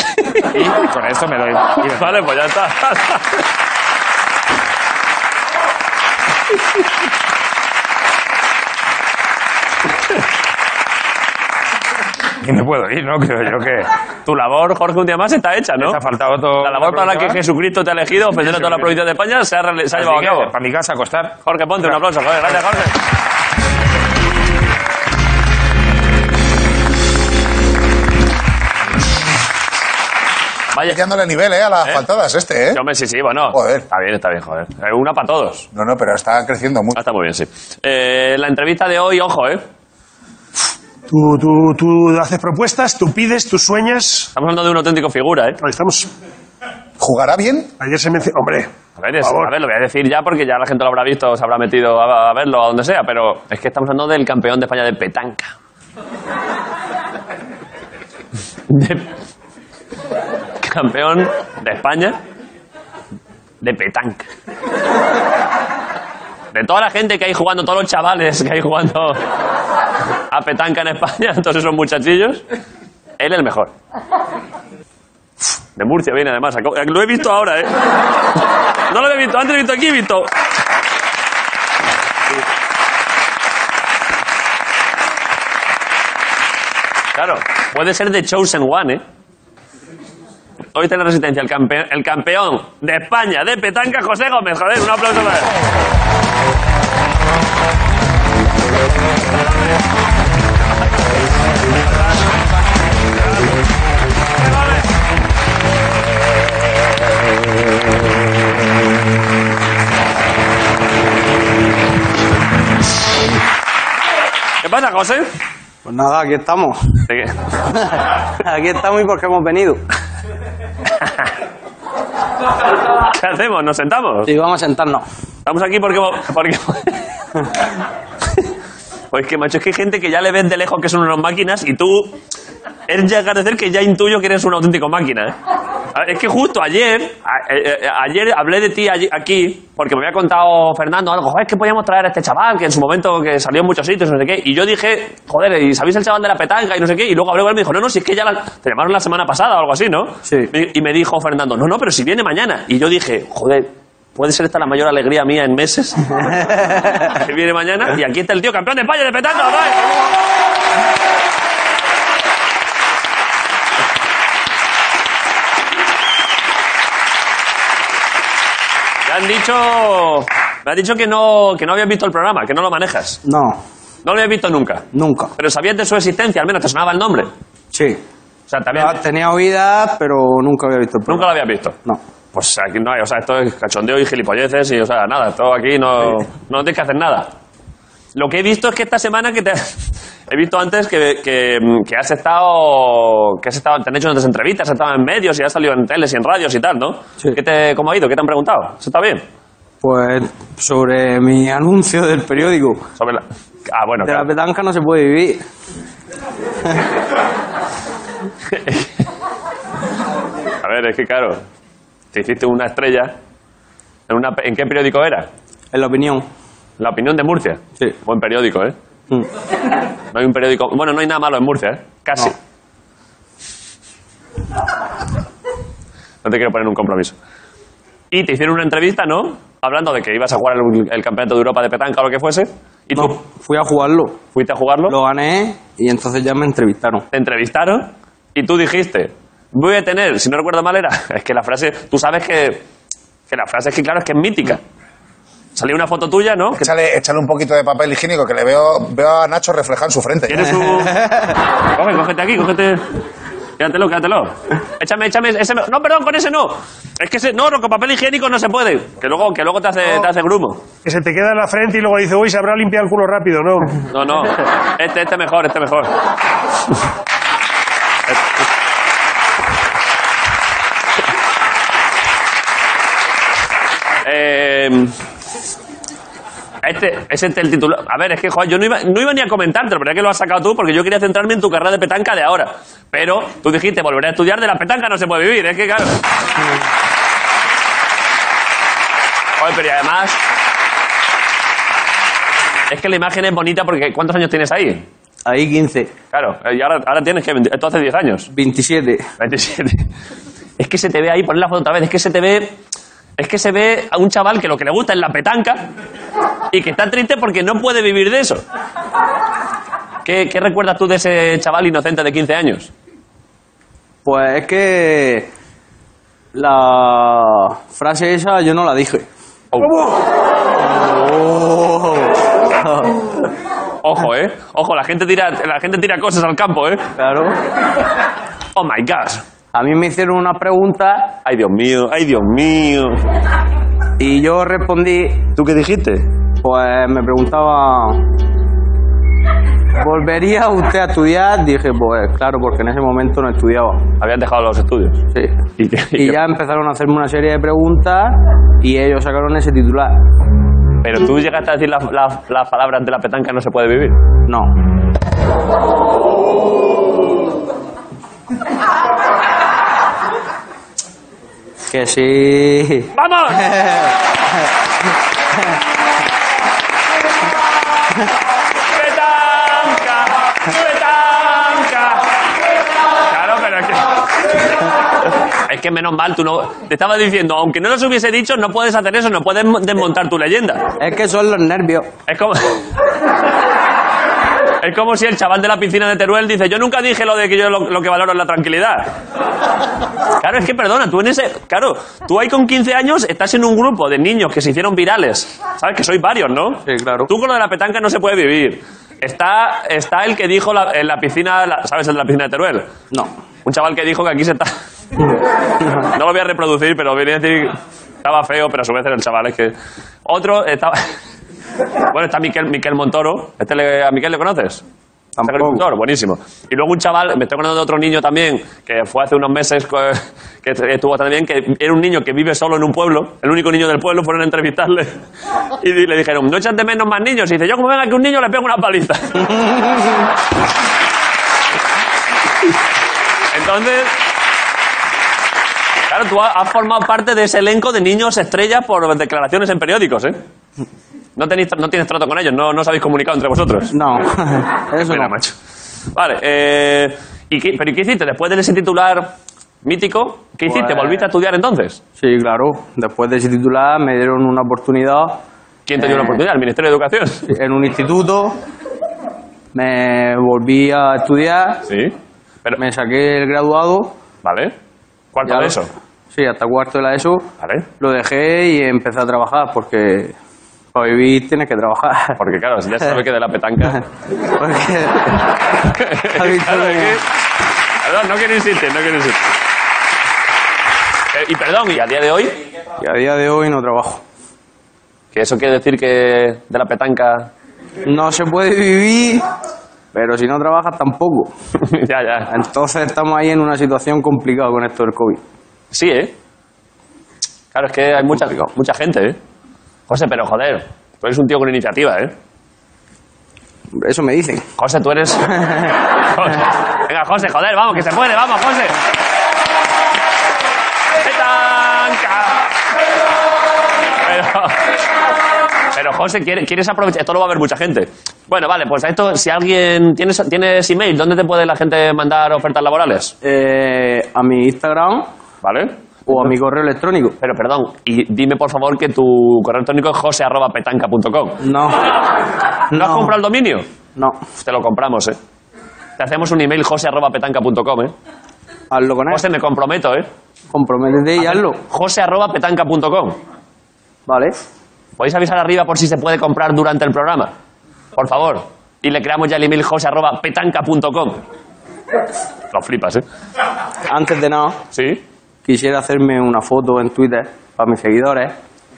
S7: Y con esto me doy. y me-
S1: Vale, pues ya está.
S7: Y me puedo ir, ¿no? Creo yo que
S1: Tu labor, Jorge, un día más está hecha, ¿no?
S7: te ha faltado todo.
S1: La labor para la que Jesucristo te ha elegido, ofendiendo a toda la provincia de España, se ha, reali- se ha llevado a cabo.
S7: Para mi casa, acostar.
S1: Jorge, ponte un aplauso. Jorge. Gracias, Jorge. Vaya.
S5: Dándole nivel, ¿eh? A las faltadas este, ¿eh?
S1: No, hombre, sí, sí, bueno.
S5: Joder.
S1: Está bien, está bien, joder. Eh, Una para todos.
S5: No, no, pero está creciendo
S1: Ah,
S5: mucho.
S1: está muy bien, sí. Eh, la entrevista de hoy, ojo, ¿eh?
S6: Tú, tú, tú haces propuestas, tú pides, tú sueñas.
S1: Estamos hablando de un auténtico figura, ¿eh?
S6: Ahí estamos.
S1: Ah.
S5: ¿Jugará bien?
S6: Ayer se mencionó. Hombre,
S1: A ver, es-
S6: Por favor.
S1: a ver, lo voy a decir ya porque ya la gente lo habrá visto, se habrá metido a, a verlo a donde sea, pero es que estamos hablando del campeón de España de petanca. De- Campeón de España de petanca. De toda la gente que hay jugando, todos los chavales que hay jugando a petanca en España, todos esos muchachillos, él el mejor. De Murcia viene además. Lo he visto ahora, ¿eh? No lo he visto, antes lo he visto aquí, he visto. Claro, puede ser de Chosen One, ¿eh? Hoy está en la resistencia el, campe- el campeón de España de petanca, José Gómez. Joder, un aplauso para él. ¿Qué pasa, José?
S8: Pues nada, aquí estamos.
S1: ¿De qué?
S8: aquí estamos y porque hemos venido.
S1: ¿Qué hacemos? ¿Nos sentamos?
S8: Y vamos a sentarnos.
S1: Estamos aquí porque... porque... Pues que, macho, es que hay gente que ya le ves de lejos que son unas máquinas y tú es llegar a decir que ya intuyo que eres un auténtico máquina. ¿eh? A- Es que justo ayer, a- eh, eh, ayer hablé de ti allí- aquí, porque me había contado Fernando algo, joder, es que podíamos traer a este chaval, que en su momento que salió en muchos sitios, no sé qué, y yo dije, joder, ¿y sabéis el chaval de la petanca y no sé qué? Y luego hablé con él y me dijo, no, no, si es que ya la- te llamaron la semana pasada o algo así, ¿no?
S8: Sí.
S1: Me- Y me dijo Fernando, no, no, pero si viene mañana. Y yo dije, joder, puede ser esta la mayor alegría mía en meses. que viene mañana y aquí está el tío campeón de España de petanca, ¿vale? Me han dicho. Me han dicho que no, que no habías visto el programa, que no lo manejas.
S8: No,
S1: No lo habías visto nunca.
S8: nunca.
S1: Pero sabías de su existencia, al menos te sonaba el nombre. O
S8: Sí.
S1: sea, también.
S8: Ah, Tenía oídas, pero nunca había visto el
S1: Nunca
S8: programa.
S1: lo habías visto.
S8: No.
S1: Pues aquí no hay, o sea, esto es cachondeo y gilipolleces y, o sea, nada, todo aquí no, no tienes que hacer nada. Lo que he visto es que esta semana que te he visto antes que, que, que has estado, que has estado, te han hecho unas entrevistas, has estado en medios y has salido en teles y en radios y tal, ¿no?
S8: Sí.
S1: ¿Qué te, ¿Cómo ha ido? ¿Qué te han preguntado? ¿Eso está bien?
S8: Pues sobre mi anuncio del periódico.
S1: Sobre la- Ah, bueno,
S8: De
S1: claro.
S8: la petanca no se puede vivir.
S1: A ver, es que claro, te hiciste una estrella. ¿En, una- ¿en qué periódico era?
S8: En la opinión.
S1: La Opinión de Murcia.
S8: Sí.
S1: Buen periódico, ¿eh?
S8: Mm.
S1: No hay un periódico. Bueno, no hay nada malo en Murcia, ¿eh? Casi. No, te quiero poner un compromiso. Y te hicieron una entrevista, ¿no? Hablando de que ibas a jugar el, el campeonato de Europa de petanca o lo que fuese. Y tú
S8: No, fui a jugarlo.
S1: fuiste a jugarlo,
S8: Lo gané y entonces ya me entrevistaron.
S1: te entrevistaron y tú dijiste, voy a tener, si no recuerdo mal era, es que la frase, tú sabes que, que la frase es que claro, es que es mítica. Salió una foto tuya, ¿no? Que
S5: Échale, échale un poquito de papel higiénico, que le veo, veo a Nacho reflejado en su frente. Eh,
S1: Tienes un... Coge, cógete aquí, cógete... Quédatelo, quédatelo. Échame, échame... Ese... no- No, perdón, con ese no. Es que ese... No, no, con papel higiénico no se puede. Que luego, que luego te, hace, te hace grumo.
S6: Que se te queda en la frente y luego dices, uy, se habrá limpiado el culo rápido, ¿no?
S1: No, no. Este, este mejor, este mejor. Eh, este, es este el titular. A ver, es que, Juan, yo no iba, no iba ni a comentártelo, pero es que lo has sacado tú porque yo quería centrarme en tu carrera de petanca de ahora. Pero tú dijiste, volveré a estudiar, de la petanca no se puede vivir, es que claro. Joder, pero y además. Es que la imagen es bonita porque ¿cuántos años tienes ahí?
S8: Ahí 15,
S1: Claro, eh, y ahora, ahora tienes que... Esto hace 10 años.
S8: 27.
S1: 27. Es que se te ve ahí, poner la foto otra vez, es que se te ve... Es que se ve a un chaval que lo que le gusta es la petanca y que está triste porque no puede vivir de eso. ¿Qué, qué recuerdas tú de ese chaval inocente de 15 años?
S8: Pues es que la frase esa yo no la dije.
S1: Oh, Ojo, ¿eh? Ojo, la gente tira, la gente tira cosas al campo, ¿eh?
S8: Claro.
S1: Oh, my gosh.
S8: A mí me hicieron una pregunta
S1: Ay, Dios mío, ay, Dios mío.
S8: y yo respondí,
S1: ¿Tú qué dijiste?
S8: pues me preguntaba, ¿volvería usted a estudiar? Dije, pues claro, porque en ese momento no estudiaba.
S1: Habían dejado los estudios.
S8: Sí.
S1: ¿Y qué- y
S8: Y
S1: qué-
S8: ya empezaron a hacerme una serie de preguntas y ellos sacaron ese titular.
S1: Pero tú llegaste a decir la, la, la palabra ante la petanca no se puede vivir.
S8: No. Que sí.
S1: ¡Vamos! ¡Petanca! ¡Petanca! Claro, pero es que... Es que menos mal, tú no... Te estaba diciendo, aunque no los hubiese dicho, no puedes hacer eso, no puedes mo- desmontar tu leyenda.
S8: Es que son los nervios.
S1: Es como... Es como si el chaval de la piscina de Teruel dice, yo nunca dije lo de que yo lo, lo que valoro es la tranquilidad. Claro, es que perdona, tú en ese... Claro, tú ahí con 15 años estás en un grupo de niños que se hicieron virales. ¿Sabes? Que sois varios, ¿no?
S8: Sí, claro.
S1: Tú con lo de la petanca no se puede vivir. Está, está el que dijo la- en la piscina, la- ¿sabes? El de la piscina de Teruel.
S8: No.
S1: Un chaval que dijo que aquí se está... No lo voy a reproducir, pero venía a decir estaba feo, pero a su vez era el chaval. Es que. Otro estaba. Bueno, está Miquel, Miquel Montoro. Este le- ¿A Miquel le conoces? Es
S8: Tampoco.
S1: agricultor, buenísimo. Y luego un chaval, me estoy acordando de otro niño también, que fue hace unos meses, co- que estuvo también, que era un niño que vive solo en un pueblo, el único niño del pueblo, fueron a entrevistarle y di- le dijeron, no echas de menos más niños. Y dice, yo como venga que un niño le pego una paliza. Entonces. Claro, tú ha- has formado parte de ese elenco de niños estrellas por declaraciones en periódicos, ¿eh? No, tenéis, tra- no tienes trato con ellos, no, no os habéis comunicado entre vosotros.
S8: No, eso
S1: Mira,
S8: no.
S1: macho. Vale, eh, ¿y qué, ¿pero ¿y qué hiciste? Después de ese titular mítico, ¿qué hiciste?
S8: Pues-
S1: ¿Volviste a estudiar entonces?
S8: Sí, claro. Después de ese titular me dieron una oportunidad
S1: ¿Quién te dio
S8: Eh.
S1: la oportunidad? ¿El Ministerio de Educación?
S8: en un instituto. Me volví a estudiar.
S1: Sí. Pero,
S8: Me saqué el graduado.
S1: Vale. ¿Cuarto
S8: Ya
S1: de
S8: lo-
S1: eso?
S8: Sí, hasta cuarto de la ESO.
S1: Vale.
S8: Lo dejé y empecé a trabajar porque para vivir tienes que trabajar.
S1: Porque claro, ya se sabe que de la petanca...
S8: Porque-
S1: Claro, es que- Perdón, no quiero insistir, no quiero insistir. Eh, y perdón, y a día de hoy,
S8: y a día de hoy no trabajo.
S1: que eso quiere decir que de la petanca...
S8: No se puede vivir, pero si no trabajas tampoco.
S1: ya, ya.
S8: Entonces estamos ahí en una situación complicada con esto del COVID.
S1: Sí, ¿eh? Claro, es que hay mucha, mucha gente, ¿eh? José, pero joder, tú eres un tío con iniciativa, ¿eh?
S8: Hombre, Eso me dicen.
S1: José, tú eres... José. Venga, José, joder, vamos, que se puede, vamos, José. ¡Petanca! Pero, pero José, ¿quiere- ¿quieres aprovechar? Esto lo va a ver mucha gente. Bueno, vale, pues a esto, si alguien... ¿Tienes, ¿Tienes email? ¿Dónde te puede la gente mandar ofertas laborales?
S8: Eh, a mi Instagram
S1: ¿Vale?
S8: o a mi correo electrónico.
S1: Pero perdón, y dime por favor que tu correo electrónico es jose.petanca.com.
S8: No.
S1: ¿No has comprado el dominio?
S8: No.
S1: Te lo compramos, ¿eh? Te hacemos un email jose.petanca.com, ¿eh?
S8: Hazlo con él.
S1: José, me comprometo, ¿eh?
S8: Comprométete y hazlo.
S1: jose.petanca.com.
S8: Vale.
S1: Podéis avisar arriba por si se puede comprar durante el programa. Por favor. Y le creamos ya el email jose.petanca.com. Lo flipas, ¿eh?
S8: Antes de nada,
S1: Sí.
S8: quisiera hacerme una foto en Twitter para mis seguidores,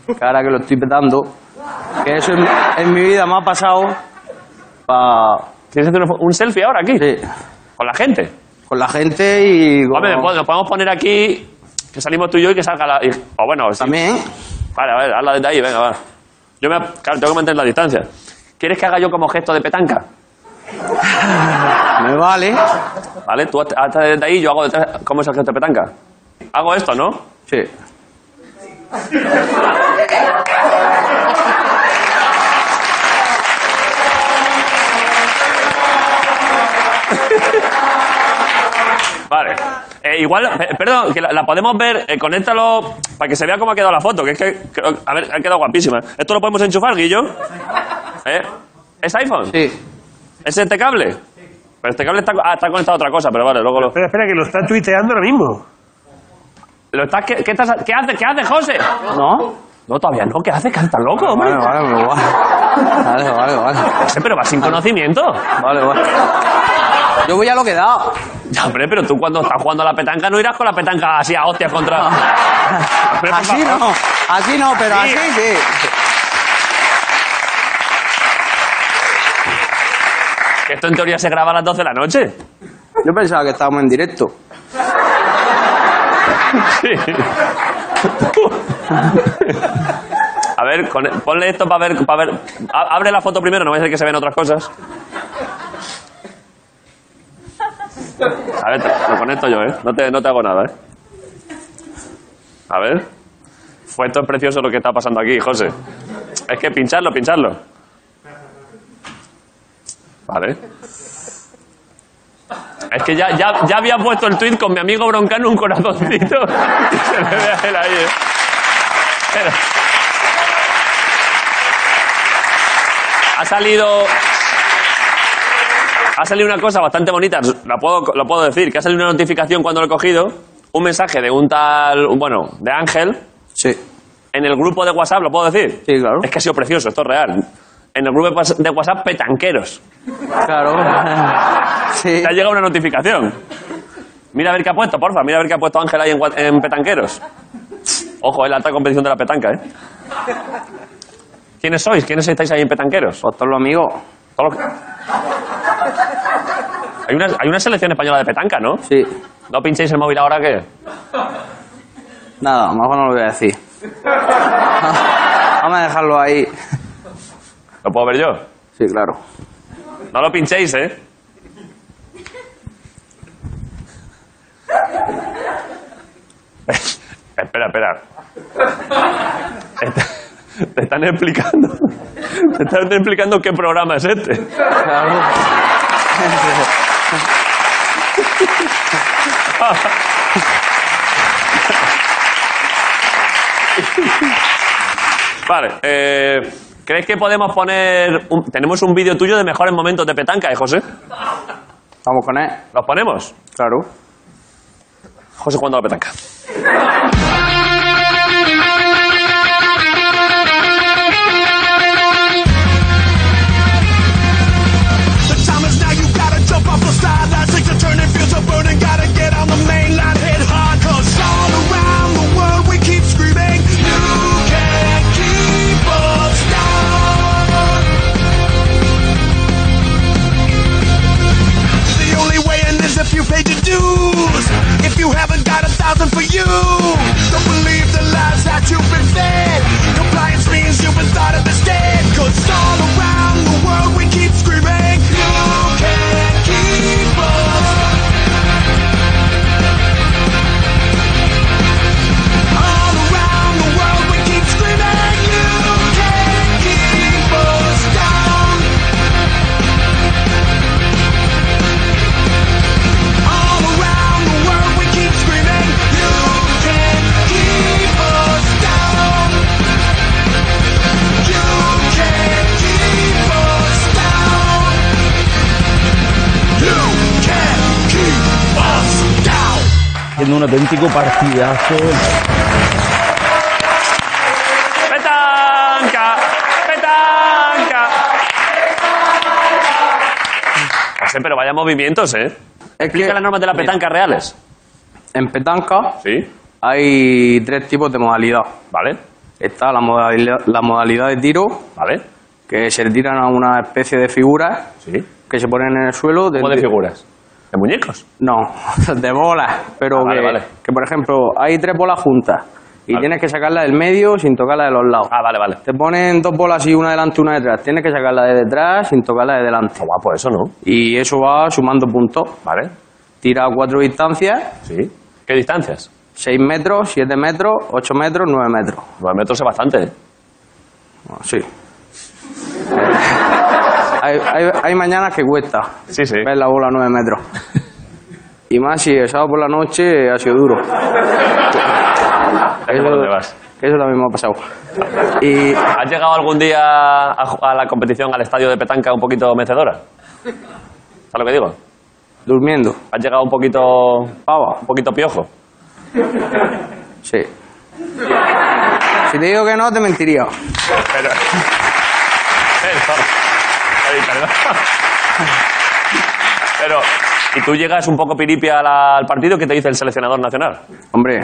S8: que ahora que lo estoy petando, que eso en, en mi vida me ha pasado para...
S1: ¿Quieres hacer una fo- un selfie ahora aquí? Con la gente.
S8: con la gente y con...
S1: Hombre, nos podemos poner aquí que salimos tú y yo y que salga la... y- o bueno, sí.
S8: También,
S1: Vale, vale, hazla desde ahí, venga, va. Yo me... Claro, tengo que mantener la distancia. ¿Quieres que haga yo como gesto de petanca?
S8: me vale.
S1: ¿Vale? Tú haz- hazte desde ahí, yo hago detrás... ¿Cómo es el gesto de petanca? Hago esto, ¿no?
S8: Sí.
S1: Vale. Eh, igual, pe- perdón, que la, la podemos ver, eh, conéctalo para que se vea cómo ha quedado la foto, que es que, creo- a ver, ha quedado guapísima. ¿Esto lo podemos enchufar, Guillo? ¿Eh? ¿Es iPhone?
S8: Sí.
S1: ¿Es este cable? Pero este cable está, ah, está conectado a otra cosa, pero vale, luego lo...
S6: Espera, espera, que lo está tuiteando ahora mismo.
S1: lo estás, ¿qué, qué estás- qué haces? ¿Qué haces, José?
S8: ¿No?
S1: No, todavía no. ¿Qué haces? ¿Que estás loco, hombre?
S8: Vale, vale, me voy. Vale, vale, vale.
S1: José, pero
S8: Ah.
S1: vas sin conocimiento.
S8: Vale, vale. Yo voy a lo que da.
S1: Ya, hombre, pero tú cuando estás jugando a la petanca no irás con la petanca así a hostias contra... Hombre, por
S8: Ah. Así
S1: favor.
S8: no. Así no, pero
S1: Sí.
S8: así sí.
S1: Que esto en teoría se graba a las 12 de la noche.
S8: Yo pensaba que estábamos en directo.
S1: Sí. A ver, con- ponle esto para ver, para ver... A- Abre la foto primero, no vaya a ser que se ven otras cosas. A ver, te- lo conecto yo, ¿eh? No te, no te hago nada, ¿eh? A ver. Fue esto es precioso lo que está pasando aquí, José. Es que pincharlo, pincharlo. Vale. Es que ya, ya, ya había puesto el tweet con mi amigo Broncano un corazoncito. Y se le ve a él ahí, ¿eh? Pero- Ha salido. Ha salido una cosa bastante bonita, la puedo, lo puedo decir, que ha salido una notificación cuando lo he cogido, un mensaje de un tal, bueno, de Ángel,
S8: Sí.
S1: en el grupo de WhatsApp, ¿lo puedo decir?
S8: Sí, claro.
S1: Es que ha sido precioso, esto es real. En el grupo de WhatsApp, petanqueros.
S8: Claro. Sí.
S1: Te ha llegado una notificación. Mira a ver qué ha puesto, porfa. Mira a ver qué ha puesto Ángel ahí en, gua- en petanqueros. Ojo, es la alta competición de la petanca, ¿eh? ¿Quiénes sois? ¿Quiénes estáis ahí en petanqueros?
S8: Pues todos los amigos.
S1: Todos los que- Hay una, hay una selección española de petanca, ¿no?
S8: Sí.
S1: No pinchéis el móvil ahora que...
S8: Nada, mejor no lo voy a decir. Vamos a dejarlo ahí.
S1: Lo puedo ver yo.
S8: Sí, claro.
S1: No lo pinchéis, ¿eh? espera, espera. Está- te están explicando. Te están explicando qué programa es este.
S8: Claro.
S1: Vale, eh, ¿crees que podemos poner. un- tenemos un vídeo tuyo de mejores momentos de petanca, ¿eh, José?
S8: Vamos con él.
S1: ¿Los ponemos?
S8: Claro.
S1: José jugando a la petanca.
S9: The time is now, you gotta jump off the sidelines. Take your turn, it feels a burden. Gotta get on the main line, hit hard. Cause all around the world we keep screaming, you can't keep us down. The only way in is if you pay your dues. If you haven't got a thousand for you, don't believe the lies that you've been fed. Compliance means you've been thought of as dead. 'Cause all around the world we keep screaming, you can't keep us. All around the world we keep screaming, you can't keep us down. All around the world we keep screaming, you can't keep us down. You can't keep us down. You can't keep us down.
S10: Haciendo un auténtico partidazo.
S1: ¡Petanca! ¡Petanca! José, pero vaya movimientos, ¿eh? Explica las normas de la petanca reales.
S8: En petanca
S1: Sí,
S8: hay tres tipos de modalidad.
S1: vale,
S8: Está la modalidad, la modalidad de tiro,
S1: vale,
S8: que se le tiran a una especie de figuras
S1: sí.
S8: que se ponen en el suelo.
S1: ¿Cómo de figuras? ¿De muñecos?
S8: No, de bolas. Pero
S1: Ah, vale,
S8: que,
S1: vale.
S8: que, por ejemplo, hay tres bolas juntas y
S1: Vale.
S8: tienes que sacarla del medio sin tocarla de los lados.
S1: Ah, vale, vale.
S8: Te ponen dos bolas y una delante y una detrás. Tienes que sacarla de detrás sin tocarla de delante.
S1: Está guapo eso, ¿no?
S8: Y eso va sumando puntos.
S1: Vale,
S8: Tira a cuatro distancias,
S1: sí. ¿Qué distancias?
S8: 6 metros, 7 metros, 8 metros, 9 metros.
S1: Nueve metros es bastante, ¿eh?
S8: Bueno, sí. hay, hay- hay mañanas que cuesta
S1: Sí, sí.
S8: ver la bola a 9 metros. Y más si el sábado por la noche ha sido duro.
S1: sé por dónde vas.
S8: que eso también me ha pasado. Y
S1: ¿Has llegado algún día a, ju- a la competición, al estadio de petanca un poquito mecedora? ¿Sabes lo que digo?
S8: durmiendo,
S1: ¿Has llegado un poquito...
S8: pava.
S1: un poquito piojo?
S8: Sí. Si te digo que no, te mentiría.
S1: Pero... Pero... Ay, perdón. Pero... ¿Y tú llegas un poco piripia a la- al partido? ¿Qué te dice el seleccionador nacional?
S8: Hombre,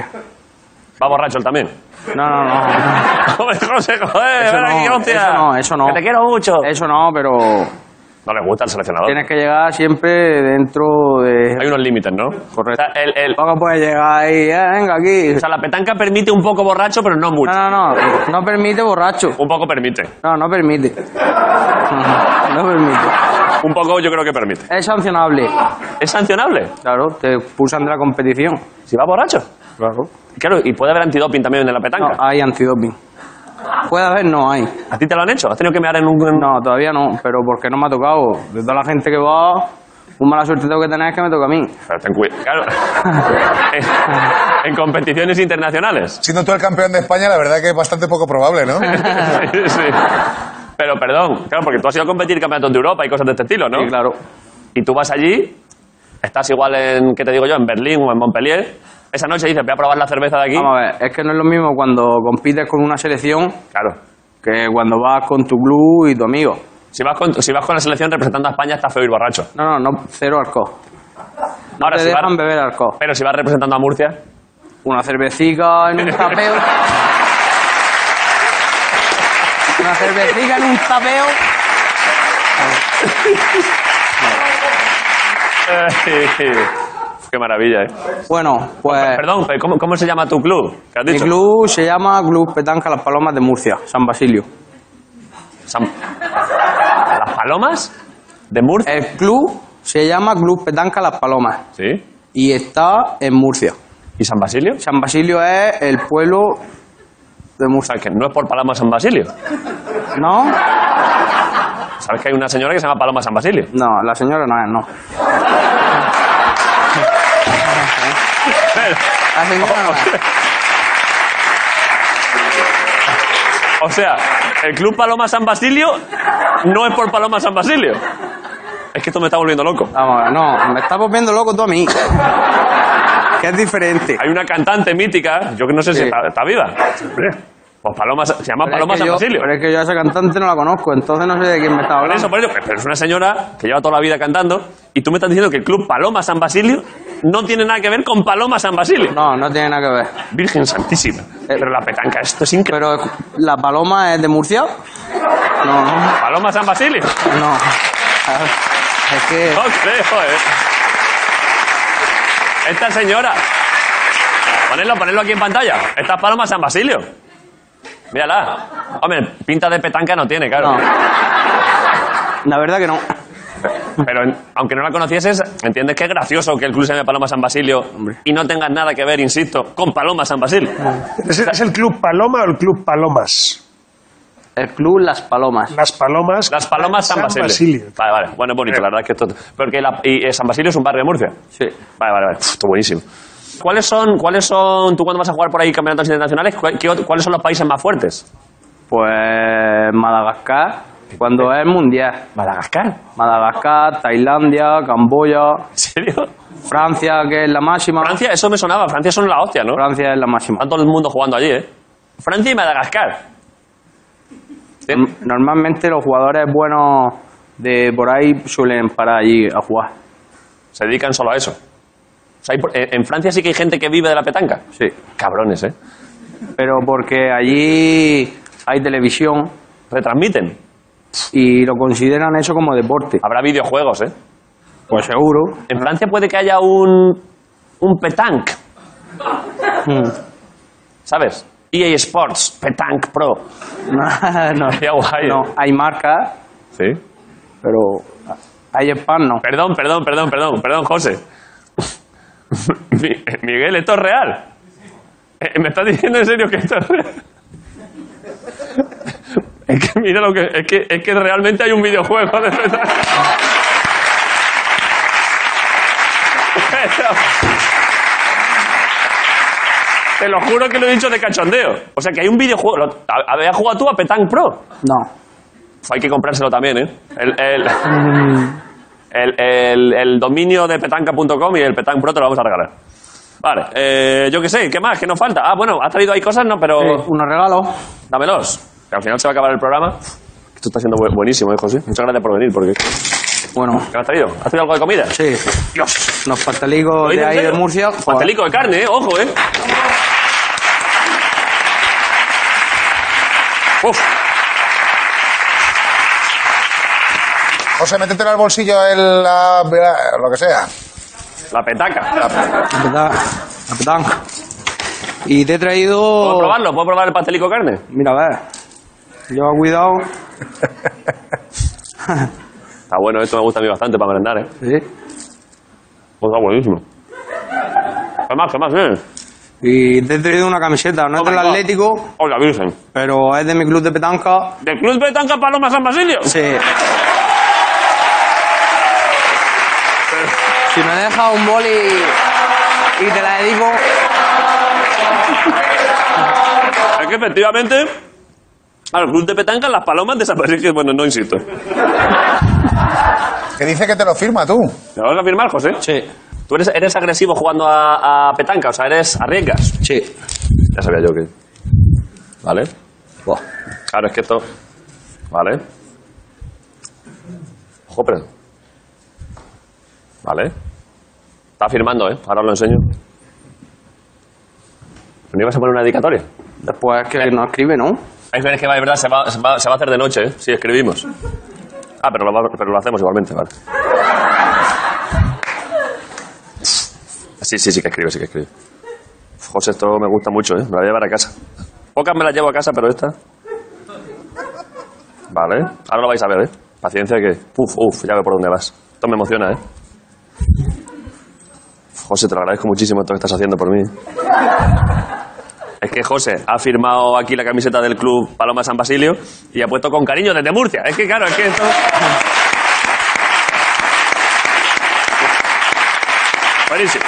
S1: Va borracho él también.
S8: no, no, no.
S1: Joder, José, joder,
S8: Eso
S1: ven aquí,
S8: no,
S1: hostia.
S8: eso no, eso no. Eh,
S1: Que te quiero mucho.
S8: Eso no, pero
S1: No le gusta al seleccionador.
S8: tienes que llegar siempre dentro de...
S1: Hay unos límites, ¿no?
S8: Correcto.
S1: O sea, el- el-
S8: Tampoco puedes llegar ahí, eh, venga aquí.
S1: o sea, la petanca permite un poco borracho, pero no mucho.
S8: No, no, no, no permite borracho.
S1: Un poco permite.
S8: No, no permite. No, no permite.
S1: Un poco yo creo que permite.
S8: Es sancionable.
S1: ¿Es sancionable?
S8: Claro, te expulsan de la competición.
S1: Si va borracho.
S8: Claro.
S1: Claro, y puede haber antidoping también en la
S8: No,
S1: petanca.
S8: hay antidoping. Puede haber, no hay.
S1: ¿A ti te lo han hecho? ¿Has tenido que mear en un... en-
S8: No, todavía no, pero porque no me ha tocado. De toda la gente que va, un mala suerte tengo que tener es que me toca a mí.
S1: Pero ten cuidado. Claro. en, en competiciones internacionales.
S5: Siendo tú el campeón de España, la verdad que es bastante poco probable, ¿no?
S1: Sí, sí. Pero perdón, claro, porque tú has ido a competir campeonatos de Europa y cosas de este estilo, ¿no?
S8: Sí, claro.
S1: Y tú vas allí, estás igual en, ¿qué te digo yo? En Berlín o en Montpellier. Esa noche dices, voy a probar la cerveza de aquí.
S8: Vamos a ver, es que no es lo mismo cuando compites con una selección
S1: Claro.
S8: que cuando vas con tu club y tu amigo.
S1: Si vas, con, si vas con la selección representando a España, estás feo y borracho.
S8: No, no, no, cero alcohol. No
S1: Ahora,
S8: te
S1: si vas-
S8: dejan beber alcohol.
S1: Pero si vas representando a Murcia,
S8: Una cervecica en un tapeo. Una cervecica en un tapeo.
S1: qué maravilla, ¿eh?
S8: Bueno, pues
S1: Perdón, pero ¿cómo, cómo se llama tu club? ¿Qué has
S8: mi
S1: dicho?
S8: club se llama Club Petanca Las Palomas de Murcia, San Basilio.
S1: San- ¿Las Palomas? ¿De Murcia?
S8: Eh. El club se llama Club Petanca Las Palomas
S1: Sí.
S8: y está en Murcia.
S1: ¿Y San Basilio?
S8: San Basilio es el pueblo de
S1: O
S8: Murcia.
S1: sea, que no es por Paloma San Basilio.
S8: ¿No?
S1: ¿Sabes que hay una señora que se llama Paloma San Basilio?
S8: No, la señora no es, no. La señora no es.
S1: O sea, el club Paloma San Basilio no es por Paloma San Basilio. Es que esto me está volviendo loco.
S8: Vamos, a ver, no, me estás volviendo loco tú a mí. Que es diferente.
S1: Hay una cantante mítica, yo que no sé si
S8: Sí.
S1: está, está viva. Pues Paloma, Sa- se llama
S8: Pero es
S1: Paloma
S8: que
S1: San
S8: yo-
S1: Basilio.
S8: Pero es que yo a esa cantante no la conozco, entonces no sé de quién me está
S1: Por
S8: hablando.
S1: eso, por eso. Pero es una señora que lleva toda la vida cantando y tú me estás diciendo que el club Paloma San Basilio no tiene nada que ver con Paloma San Basilio.
S8: No, no tiene nada que ver.
S1: Virgen Santísima.
S8: Eh,
S1: Pero la petanca, esto es increíble.
S8: Pero la paloma es de Murcia. No, no,
S1: Paloma San Basilio.
S8: no. A ver, Es que
S1: No creo, eh. Esta señora. Ponedlo, ponedlo aquí en pantalla. Esta es Paloma San Basilio. Mírala. Hombre, pinta de petanca no tiene, claro.
S8: no. La verdad que no.
S1: Pero en- aunque no la conocieses, entiendes que es gracioso que el club se llame Paloma San Basilio y no tengas nada que ver, insisto, con Paloma San Basilio.
S6: ¿Es, es el Club Paloma o el Club Palomas?
S8: El club Las Palomas.
S6: Las Palomas.
S1: Las Palomas San, Basilio. Vale, vale. Bueno, es bonito, la verdad es que esto... Porque la- y, eh, San Basilio es un barrio de Murcia.
S8: Sí.
S1: Vale, vale, vale. Uf, esto buenísimo. ¿Cuáles son, ¿Cuáles son, tú cuando vas a jugar por ahí campeonatos internacionales, cuál- qué ot- cuáles son los países más fuertes?
S8: Pues Madagascar, cuando es mundial.
S1: Madagascar.
S8: Madagascar, Tailandia, Camboya,
S1: ¿En serio?
S8: Francia, que es la máxima.
S1: Francia, eso me sonaba. Francia son la hostia, ¿no?
S8: Francia es la máxima.
S1: Está todo el mundo jugando allí, ¿eh? Francia y Madagascar. Sí.
S8: Norm- Normalmente los jugadores buenos de por ahí suelen parar allí a jugar.
S1: Se dedican solo a eso. O sea, hay por- en en Francia sí que hay gente que vive de la petanca.
S8: Sí.
S1: Cabrones, ¿eh?
S8: Pero porque allí hay televisión
S1: Retransmiten.
S8: y lo consideran eso como deporte.
S1: Habrá videojuegos, ¿eh?
S8: Pues seguro.
S1: En Francia puede que haya un. un petanque.
S8: Hmm.
S1: ¿Sabes? EA Sports, petanque pro.
S8: no,
S1: Sería guay, ¿eh?
S8: no, hay marcas,
S1: Sí.
S8: pero hay spam no.
S1: Perdón, perdón, perdón, perdón, perdón, José. Mi- Miguel, esto es real. Eh, ¿Me estás diciendo en serio que esto es real? Es que mira lo que. Es que, es que realmente hay un videojuego de verdad. Pero- Te lo juro que lo he dicho de cachondeo. O sea que hay un videojuego. Lo- ¿hab- ¿Habías jugado tú a Petanque Pro?
S8: No.
S1: Pues hay que comprárselo también, ¿eh? El, el, el, el- el dominio de petanca.com y el Petanc Pro te lo vamos a regalar. Vale, eh, yo qué sé, ¿qué más? ¿Qué nos falta? Ah, bueno, has traído ahí cosas, ¿no? Pero
S8: Eh, unos regalos.
S1: dámelos, que al final se va a acabar el programa. Esto está siendo bu- buenísimo, ¿eh, José? Muchas gracias por venir, porque... ¿Qué
S8: Bueno,
S1: me has traído? ¿Has traído algo de comida?
S8: sí. Unos
S1: ¿Lo
S8: pastelicos de
S1: dices en
S8: ahí de
S1: serio?
S8: Murcia. joder.
S1: Pastelico de carne, ¿eh? Ojo, ¿eh? Uf,
S5: José, métetelo al bolsillo, el, la- la- lo que sea.
S1: la petaca.
S8: La petanca. La petanca. Y te he traído.
S1: ¿Puedo probarlo? ¿Puedo probar el pastelico de carne?
S8: Mira, a ver. Lleva cuidado.
S1: Está bueno, esto me gusta a mí bastante para merendar, ¿eh?
S8: Sí.
S1: Pues está buenísimo. ¿Qué más? ¿Qué más? Eh?
S8: Y te he traído una camiseta. No es del Atlético,
S1: Hola, Oh, Virgen.
S8: pero es de mi club de petanca.
S1: ¿Del Club Petanca Paloma San Basilio?
S8: Sí. Si me dejas un boli y te la dedico.
S1: Es que efectivamente. Al Club de Petanca, las palomas de San Basilio. Bueno, no insisto. ¿Te
S5: Que dice que te lo firma tú.
S1: vas a firmar, José?
S8: Sí,
S1: Tú eres, eres agresivo jugando a, a petanca, o sea, eres arriesgas.
S8: sí.
S1: Ya sabía yo que. ¿Vale? Claro, es que esto. Vale. Ojo, pero. Vale. Está firmando, ¿eh? Ahora os lo enseño. ¿No ibas a poner una dedicatoria?
S8: Después que no escribe, ¿no?
S1: Hay veces que va, es verdad, se va, se va- se va a hacer de noche, ¿eh? Sí, escribimos. Ah, pero lo, va- pero lo hacemos igualmente, vale. Sí, sí, sí que escribe, sí que escribe. José, esto me gusta mucho, ¿eh? Me la voy a llevar a casa. Pocas me las llevo a casa, pero esta... Vale, ahora lo vais a ver, ¿eh? Paciencia que... Uf, uf, ya veo por dónde vas. Esto me emociona, ¿eh? José, te lo agradezco muchísimo todo lo que estás haciendo por mí. ¿eh? Es que José ha firmado aquí la camiseta del club Paloma San Basilio y ha puesto con cariño desde Murcia. Es que claro, es que esto... Buenísimo.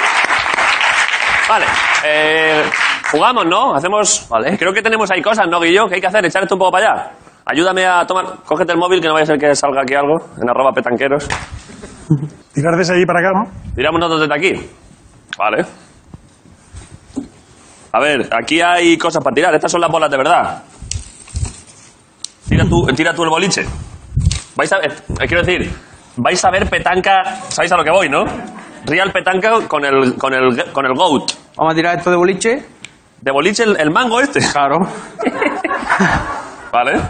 S1: Vale. eh, jugamos, ¿no? Hacemos...
S8: Vale.
S1: Creo que tenemos ahí cosas, ¿no, Guillo? ¿Qué hay que hacer? Echar esto un poco para allá. Ayúdame a tomar... Cógete el móvil que no vaya a ser que salga aquí algo. En arroba petanqueros.
S6: Tirar desde allí para acá.
S1: Tiramos nosotros desde aquí. Vale. A ver, aquí hay cosas para tirar. Estas son las bolas de verdad. Tira tú, eh, tira tú el boliche. Vais a ver, eh, quiero decir, vais a ver petanca, sabéis a lo que voy, ¿no? Real petanca con el, con el, con el goat.
S8: Vamos a tirar esto de boliche.
S1: De boliche el, el mango este.
S8: Claro.
S1: Vale.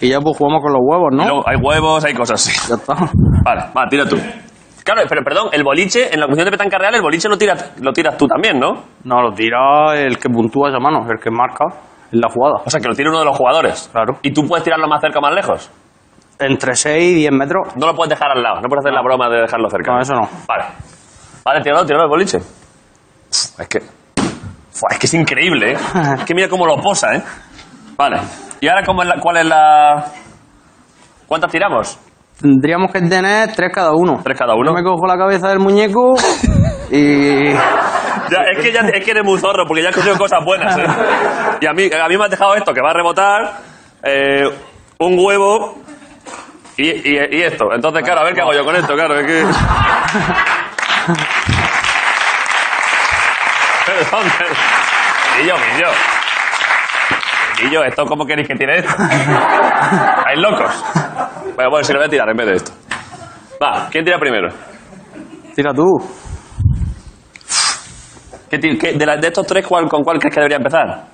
S8: Y ya pues jugamos con los huevos,
S1: Y
S8: ¿no?
S1: luego hay huevos, hay cosas. sí.
S8: Ya está.
S1: Vale, va, tira tú. Claro, pero perdón, el boliche, en la cuestión de petanca real, el boliche lo tiras, lo tiras tú también, ¿no?
S8: No, lo tira el que puntúa esa mano, el que marca en la jugada.
S1: O sea, que lo tira uno de los jugadores.
S8: Claro.
S1: Y tú puedes tirarlo más cerca o más lejos.
S8: Entre 6 y 10 metros.
S1: No lo puedes dejar al lado, no puedes hacer la broma de dejarlo cerca.
S8: No, eso no.
S1: Vale. Vale, tíralo, tíralo el boliche. Es que. Fua, es que es increíble, ¿eh? Es que mira cómo lo posa, ¿eh? Vale. ¿Y ahora cómo es la- cuál es la. ¿Cuántas tiramos?
S8: Tendríamos que tener tres cada uno.
S1: Tres cada uno.
S8: Yo me cojo la cabeza del muñeco y.
S1: Ya, es, que ya, es que eres muy zorro, porque ya has conseguido cosas buenas, ¿eh? Y a mí, a mí me has dejado esto, que va a rebotar, eh, un huevo y, y- y esto. Entonces, claro, a ver qué hago yo con esto, claro, es que... Perdón, perdón. Guillo, Guillo. Guillo, ¿esto cómo queréis que tire esto? ¿Hay locos? Bueno, bueno, si lo voy a tirar en vez de esto. Va, ¿quién tira primero?
S8: Tira tú.
S1: ¿Qué ti- qué- de, la- de estos tres, ¿cuál- ¿con cuál crees que debería empezar?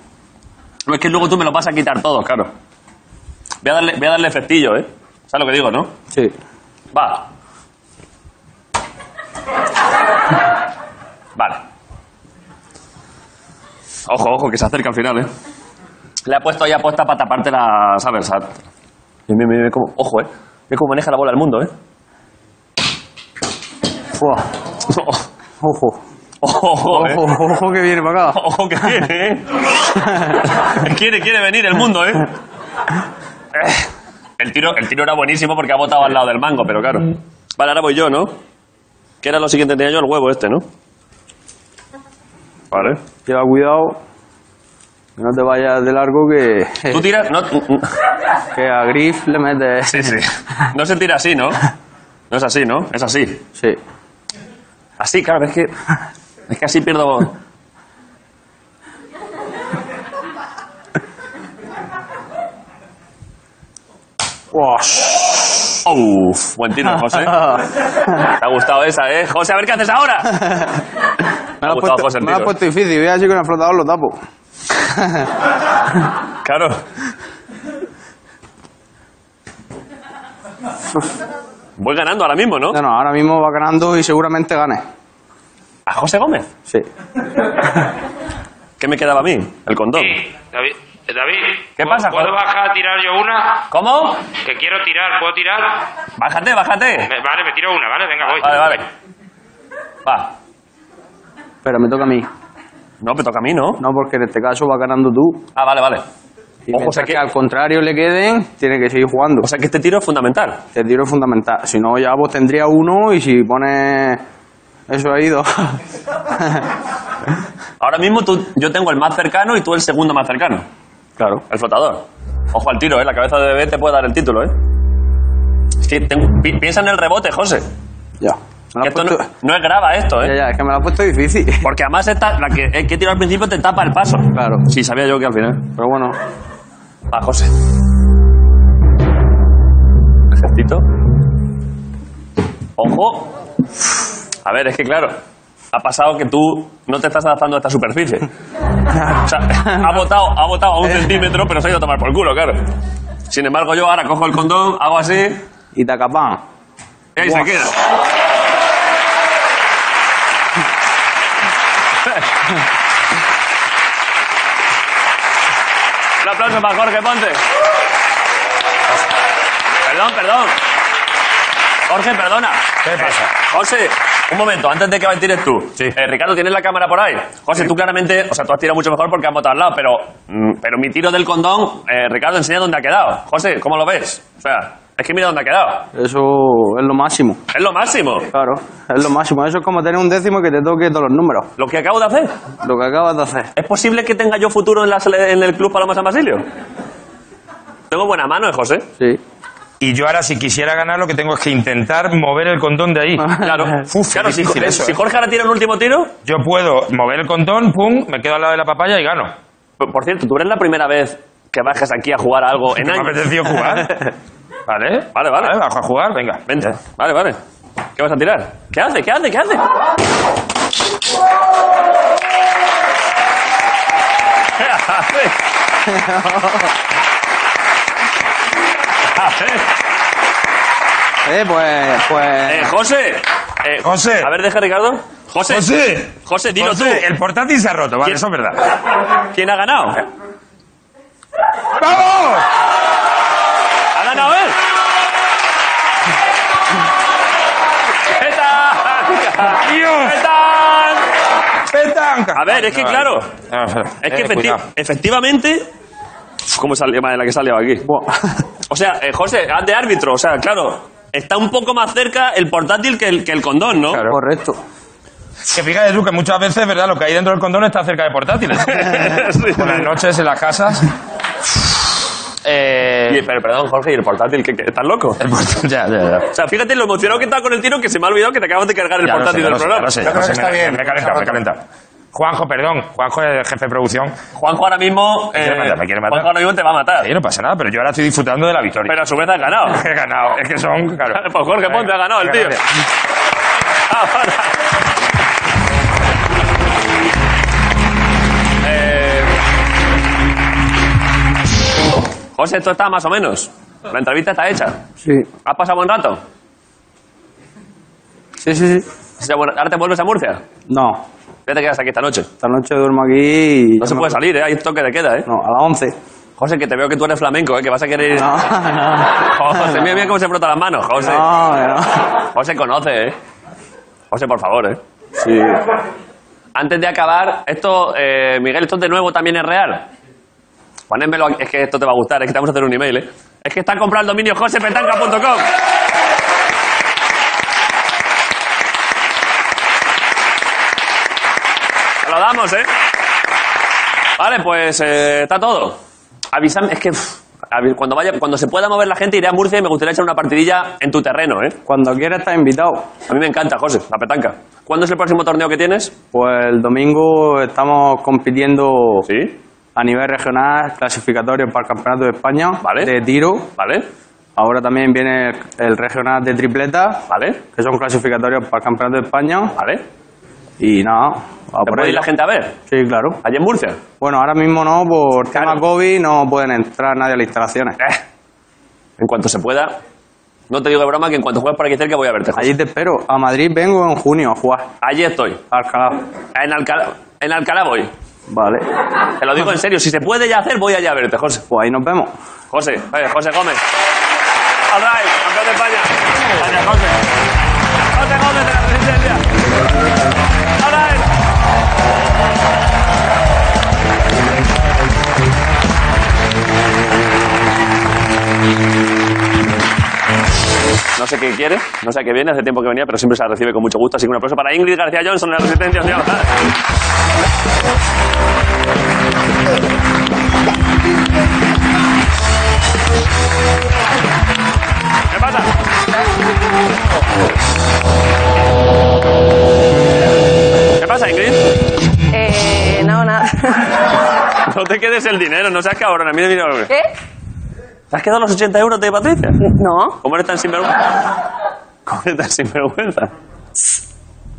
S1: No, Es que luego tú me los vas a quitar todos, claro. Voy a darle, voy a darle festillo, ¿eh? ¿Sabes lo que digo, no?
S8: Sí.
S1: Va. Vale. Ojo, ojo, que se acerca al final, ¿eh? Le ha puesto ahí apuesta para taparte la... ¿Sabes? A- Mira, mira, mira cómo- Ojo, ¿eh? Mira cómo maneja la bola el mundo, ¿eh?
S8: Buah. Ojo.
S1: Ojo, ojo, ¿eh?
S8: Ojo, ojo que viene para acá.
S1: Ojo que viene, ¿eh? quiere, quiere venir el mundo, ¿eh? Eh, El tiro, el tiro era buenísimo porque ha botado al lado del mango, pero claro. Vale, ahora voy yo, ¿no? Que era lo siguiente, tenía yo el huevo este, ¿no? Vale.
S8: Lleva cuidado. que No te vayas de largo que.
S1: Tú tiras... No,
S8: Que a Griff le metes.
S1: sí, sí. No se tira así, ¿no? No es así, ¿no? Es así.
S8: Sí.
S1: Así, claro, es que. Es que así pierdo. Uf, buen tiro, José. Te ha gustado esa, ¿eh? José, a ver qué haces ahora.
S8: Me
S1: ha
S8: lo has
S1: gustado,
S8: puesto,
S1: José, el
S8: me lo has
S1: tiro.
S8: puesto difícil. Voy a decir con el flotador lo tapo.
S1: Claro. Voy ganando ahora mismo, ¿no?
S8: No, no, ahora mismo va ganando y seguramente gane.
S1: A José Gómez.
S8: Sí.
S1: ¿Qué me quedaba a mí? El condón.
S11: David, eh, David,
S1: ¿Qué
S11: ¿puedo-
S1: pasa,
S11: ¿Puedo
S1: Juan?
S11: bajar a tirar yo una?
S1: ¿Cómo?
S11: Que quiero tirar, ¿puedo tirar?
S1: Bájate, bájate.
S11: Me- vale, me tiro una, vale, venga, voy.
S1: Vale, vale. Va.
S8: Pero me toca a mí.
S1: No, me toca a mí, ¿no?
S8: No, porque en este caso va ganando tú.
S1: Ah, vale, vale.
S8: Y
S1: Ojo, o sea
S8: mientras que...
S1: que,
S8: al contrario le queden, tiene que seguir jugando.
S1: o sea que este tiro es fundamental.
S8: el tiro es fundamental. Si no, ya vos tendría uno y si pones eso ahí, dos.
S1: Ahora mismo tú, yo tengo el más cercano y tú el segundo más cercano.
S8: claro.
S1: El flotador. Ojo al tiro, ¿eh? La cabeza de bebé te puede dar el título, ¿eh? Es que tengo- pi- piensa en el rebote, José.
S8: Ya. Me lo
S1: Que
S8: has
S1: esto no,
S8: puesto...
S1: no es grava esto,
S8: Ya,
S1: ¿eh?
S8: ya, es que me lo has puesto difícil.
S1: Porque además esta, la que, el que tiro al principio te tapa el paso.
S8: Claro.
S1: Sí, sabía yo que al final.
S8: Pero bueno,
S1: Va, Ah, José. Gestito. Ojo. A ver, es que claro, ha pasado que tú no te estás adaptando a esta superficie. O sea, ha botado, ha botado a un centímetro, pero se ha ido a tomar por culo, claro. Sin embargo, yo ahora cojo el condón, hago así, y
S8: y tacapán.
S1: ahí se queda. Un aplauso para Jorge Ponte. Perdón, perdón. Jorge, perdona. ¿Qué pasa? José, un momento, antes de que tires tú. Eh, Ricardo, ¿tienes la cámara por ahí? José, tú claramente, o sea, tú has tirado mucho mejor porque has votado al lado, pero, mm, pero mi tiro del condón, eh, Ricardo, enseña dónde ha quedado. José, ¿cómo lo ves? O sea, es que mira dónde ha quedado.
S8: Eso es lo máximo.
S1: Es lo máximo.
S8: Claro, es lo máximo. Eso es como tener un décimo y que te toque todos los números.
S1: Lo que acabo de hacer.
S8: Lo que acabas de hacer.
S1: ¿Es posible que tenga yo futuro en, la sele- en el Club Paloma San Basilio? Tengo buena mano, ¿eh, José?
S8: Sí.
S7: Y yo ahora, si quisiera ganar, lo que tengo es que intentar mover el condón de ahí.
S1: Claro.
S7: Uf,
S1: claro,
S7: qué
S1: si,
S7: difícil eso,
S1: si
S7: ¿eh?
S1: Jorge ahora tira el último tiro.
S7: Yo puedo mover el condón, pum, me quedo al lado de la papaya y gano.
S1: Por por cierto, tú eres la primera vez que bajas aquí a jugar a algo en
S7: ¿Te me ha
S1: años.
S7: apetecido jugar? ¿Vale?
S1: Vale, vale.
S7: Vale, bajo a jugar, venga.
S1: Vente. Vale, vale. ¿Qué vas a tirar? ¿Qué hace? ¿Qué hace? ¿Qué hace? ¿Qué hace? A ver,
S8: Eh, pues,
S1: eh,
S8: pues...
S1: José. eh,
S7: José.
S1: A ver, deja Ricardo. José.
S7: José.
S1: José, dilo
S7: José,
S1: tú.
S7: el portátil se ha roto, vale,
S1: ¿Quién-
S7: eso es verdad.
S1: ¿Quién ha ganado?
S7: ¡Vamos!
S1: ¡Ha ganado él! ¿Qué tal? ¿Qué
S7: ¡Dios!
S1: tal?
S7: ¡Petanca!
S1: A ver, es que claro.
S7: No, espera.
S1: Es que
S7: Eh,
S1: efecti-
S7: cuidado.
S1: efectivamente. Uf, ¿Cómo salió? Madre, la que salió aquí. O sea, eh, José, haz de árbitro. O sea, claro. Está un poco más cerca el portátil que el, que el condón, ¿no?
S7: Claro.
S8: Correcto.
S7: Que fíjate tú que muchas veces, ¿verdad? Lo que hay dentro del condón está cerca de portátiles.
S1: Sí.
S7: Por las noches en las casas.
S1: Y-
S7: Eh,
S1: pero perdón, Jorge, ¿y el portátil? ¿Qué, qué? estás loco?
S7: el portátil, ya, ya, ya.
S1: O sea, fíjate lo emocionado que estaba con el tiro que se me ha olvidado que te acabas de cargar el
S7: Ya lo sé,
S1: portátil
S7: ya
S1: del
S7: lo sé, ya
S1: programa.
S7: lo sé,
S5: Yo
S7: ya lo
S5: creo
S7: sé,
S5: que está
S7: me-
S5: bien.
S7: Me he calentado, me he calentado. Juanjo, perdón. Juanjo es el jefe de producción.
S1: Juanjo ahora mismo. eh,
S7: Me quiere matar, me quiere matar.
S1: Juanjo ahora mismo te va a matar.
S7: Ahí no pasa nada, pero yo ahora estoy disfrutando de la victoria.
S1: Pero a su vez has ganado.
S7: He ganado. Es que son, claro.
S1: Pues Jorge Ponte ha ganado el tío. Ahora. Eh, José, esto está más o menos. La entrevista está hecha.
S8: Sí.
S1: ¿Has pasado buen rato?
S8: Sí, sí, sí.
S1: O sea, bueno, ¿Ahora te vuelves a Murcia?
S8: No.
S1: Ya te quedas aquí esta noche.
S8: Esta noche duermo aquí y...
S1: No se puede salir, ¿eh? Hay toque de queda, ¿eh?
S8: No, a las 11.
S1: José, que te veo que tú eres flamenco, ¿eh? Que vas a querer ir...
S8: No, no.
S1: José, mira, mira cómo Oh, se frota las manos, José.
S8: Ah. No, no.
S1: José conoce, ¿eh? José, por favor, ¿eh?
S8: Sí.
S1: Antes de acabar, esto, eh, Miguel, esto de nuevo también es real. Ponémelo, aquí, es que esto te va a gustar, es que te vamos a hacer un email, ¿eh? Es que están comprando el dominio josepetanca.com. Te lo damos, ¿eh? Vale, pues eh, está todo. Avisame, es que uf, avi- cuando, vaya, cuando se pueda mover la gente iré a Murcia y me gustaría echar una partidilla en tu terreno, ¿eh?
S8: Cuando quieras estás invitado.
S1: A mí me encanta, José, la petanca. ¿Cuándo es el próximo torneo que tienes?
S8: Pues el domingo estamos compitiendo
S1: Sí.
S8: a nivel regional, clasificatorio para el Campeonato de España
S1: Vale.
S8: de tiro.
S1: ¿Vale?
S8: Ahora también viene el, el regional de tripleta,
S1: ¿Vale?
S8: que son clasificatorios para el Campeonato de España.
S1: ¿Vale?
S8: Y nada, a
S1: ¿Te
S8: por
S1: puede ir
S8: ello.
S1: la gente a ver?
S8: Sí, claro.
S1: Allí en Murcia.
S8: Bueno, ahora mismo no, por
S1: Claro.
S8: tema COVID no pueden entrar nadie a las instalaciones.
S1: Eh, En cuanto se pueda. No te digo de broma que en cuanto juegues por aquí cerca voy a verte. José.
S8: Allí te espero. A Madrid vengo en junio a jugar.
S1: Allí estoy.
S8: A Alcalá.
S1: En Alcalá, en Alcalá voy.
S8: Vale.
S1: Te lo digo en serio. Si se puede ya hacer, voy allá a verte, José.
S8: Pues ahí nos vemos.
S1: José, eh, José Gómez. All right, campeón de España. Gracias, José. José Gómez de la Resistencia. All right. No sé qué quiere, no sé a qué viene, hace tiempo que venía, pero siempre se la recibe con mucho gusto. Así que un aplauso para Ingrid García Johnson de la Resistencia. señor. ¿Qué pasa? ¿Qué pasa, Ingrid?
S12: Eh, no, nada.
S1: No te quedes el dinero, no seas cabrón. Mira, mira, mira.
S12: ¿Qué?
S1: ¿Te has quedado los 80 euros de Patricia?
S12: No.
S1: ¿Cómo eres tan sinvergüenza? ¿Cómo eres tan sinvergüenza?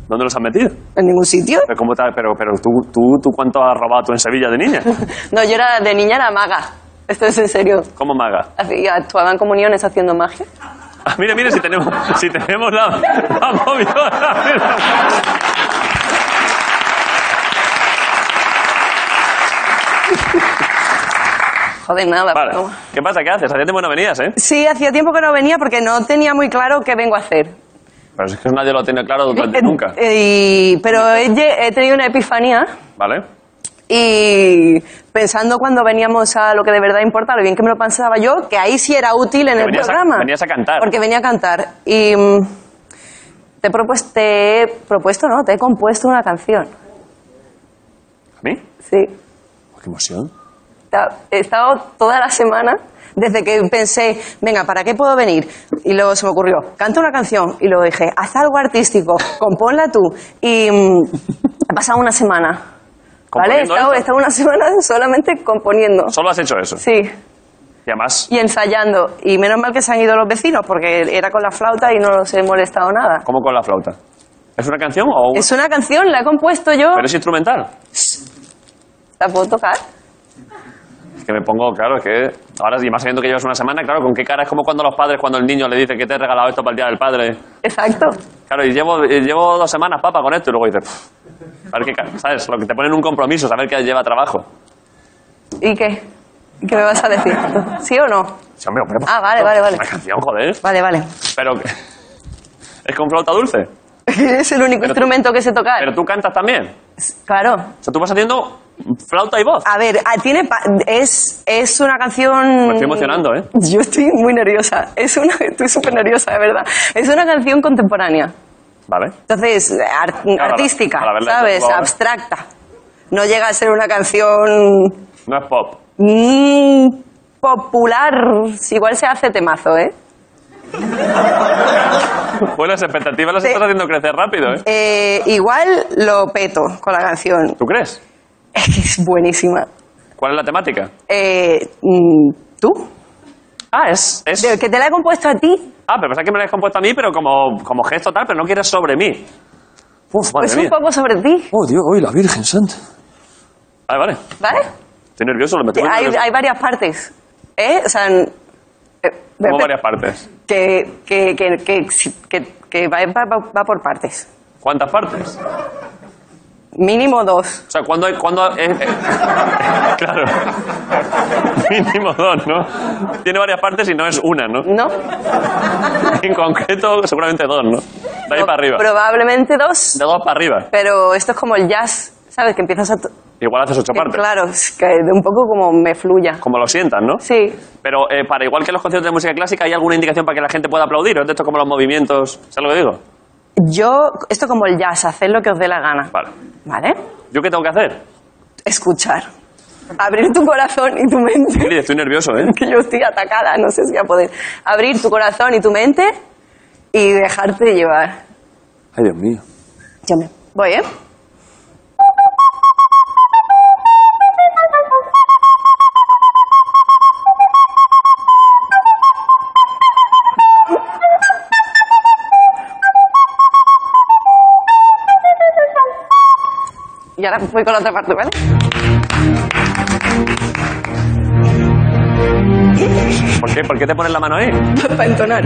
S1: ¿Dónde los has metido?
S12: ¿En ningún sitio?
S1: Pero, ¿cómo te- pero, pero ¿tú, tú, ¿tú cuánto has robado tú en Sevilla de niña?
S12: No, yo era de niña era maga. Esto es en serio.
S1: ¿Cómo maga?
S12: Hacía- Actuaba en comuniones haciendo magia.
S1: Ah, mira, mira, si tenemos, si tenemos la, la movidora, mira.
S12: jode nada.
S1: Vale.
S12: pero-
S1: ¿Qué pasa? ¿Qué haces? Hacía tiempo que no venías, ¿eh?
S12: Sí, hacía tiempo que no venía porque no tenía muy claro qué vengo a hacer.
S1: Pero es que nadie lo tiene claro durante nunca.
S12: Eh, y- pero he, lle- he tenido una epifanía
S1: ¿Vale?
S12: y pensando cuando veníamos a lo que de verdad importa, lo bien que me lo pensaba yo, que ahí sí era útil en
S1: Que
S12: el
S1: venías a-
S12: programa.
S1: venías a cantar.
S12: Porque venía a cantar. Y mm, te he, propues- te he propuesto, ¿no? Te he compuesto una canción.
S1: ¿A mí?
S12: Sí.
S1: Oh, ¡Qué emoción!
S12: Ta- He estado toda la semana desde que pensé, venga, ¿para qué puedo venir? Y luego se me ocurrió, canta una canción. Y luego dije, haz algo artístico, componla tú. Y mm, he pasado una semana. ¿Vale? He
S1: ¿Componiendo
S12: estado,
S1: esto?
S12: he estado una semana solamente componiendo.
S1: Solo has hecho eso.
S12: Sí,
S1: Y además,
S12: y ensayando. Y menos mal que se han ido los vecinos, porque era con la flauta y no los he molestado nada.
S1: ¿cómo con la flauta? ¿Es una canción o un...
S12: Es una canción, la he compuesto yo.
S1: ¿Pero es instrumental?
S12: ¿La puedo tocar?
S1: Es que me pongo, claro, es que ahora, y más sabiendo que llevas una semana, claro, ¿con qué cara? Es como cuando los padres, cuando el niño le dice que te he regalado esto para el día del padre.
S12: Exacto.
S1: Claro, y llevo, y llevo dos semanas, papa, con esto, y luego dices, "Pff". a ver qué ca- ¿sabes? Lo que te ponen un compromiso, saber que lleva trabajo.
S12: ¿Y qué? ¿Qué me vas a decir? ¿Sí o no?
S1: Sí, hombre, hombre, por
S12: Ah, vale,
S1: favor,
S12: vale, vale.
S1: Una canción, joder.
S12: Vale, vale.
S1: Pero, ¿es con flauta dulce?
S12: Es el único
S1: Pero-
S12: instrumento que sé tocar.
S1: Pero tú cantas también.
S12: Claro.
S1: O sea, tú vas haciendo flauta y voz.
S12: A ver, ah, tiene pa- es, es una canción...
S1: Me estoy emocionando, ¿eh?
S12: Yo estoy muy nerviosa. Es una, estoy súper nerviosa, de verdad. Es una canción contemporánea.
S1: Vale.
S12: Entonces, ar-
S1: ahora-
S12: artística,
S1: ahora verla
S12: ¿sabes?
S1: tú ahora.
S12: Abstracta. No llega a ser una canción
S1: No es pop.
S12: mm, popular. Igual se hace temazo, ¿eh?
S1: Pues las expectativas las
S12: Sí.
S1: estás haciendo crecer rápido, ¿eh?
S12: Eh, Igual lo peto con la canción.
S1: ¿Tú crees?
S12: Es que es buenísima.
S1: ¿Cuál es la temática?
S12: Eh, mm, ¿Tú?
S1: Ah, es... es...
S12: De- Que te la he compuesto a ti.
S1: Ah, pero pensaba que me la habías compuesto a mí, pero como, como gesto tal, pero no quieres sobre mí. Uf, madre
S12: Pues
S1: mía.
S12: un poco sobre ti,
S1: Oh, Dios, hoy la Virgen Santa. Vale, vale.
S12: ¿vale?
S1: Estoy nervioso, lo meto muy
S12: Hay,
S1: nervioso.
S12: hay varias partes. ¿Eh? O sea, n- eh,
S1: Como
S12: ve-
S1: varias partes.
S12: que, que, que, que, que- que va, va- va por partes.
S1: ¿Cuántas partes?
S12: Mínimo dos.
S1: O sea, ¿cuándo... hay- cuándo eh, eh, claro. Mínimo dos, ¿no? Tiene varias partes y no es una, ¿no?
S12: ¿No?
S1: En concreto, seguramente dos, ¿no? De ahí para arriba.
S12: Probablemente dos,
S1: De dos para arriba.
S12: pero esto es como el jazz, ¿sabes? Que empiezas a... to-
S1: Igual haces ocho
S12: que,
S1: partes.
S12: claro, es que de un poco como me fluya.
S1: Como lo sientas, ¿no?
S12: Sí.
S1: Pero eh, para igual que los conciertos de música clásica, ¿hay alguna indicación para que la gente pueda aplaudir? ¿O es de esto como los movimientos? ¿Sabes lo que digo?
S12: Yo, esto como el jazz, hacer lo que os dé la gana.
S1: Vale.
S12: ¿Vale?
S1: ¿Yo qué tengo que hacer?
S12: Escuchar. Abrir tu corazón y tu mente.
S1: Miri, estoy nervioso, ¿eh?
S12: Que yo estoy atacada, no sé si voy a poder. Abrir tu corazón y tu mente y dejarte llevar.
S1: Ay, Dios mío.
S12: Ya me voy, ¿eh? Y ahora voy con la otra parte, ¿vale?
S1: ¿Por qué? ¿Por qué te pones la mano ahí?
S12: Para entonar.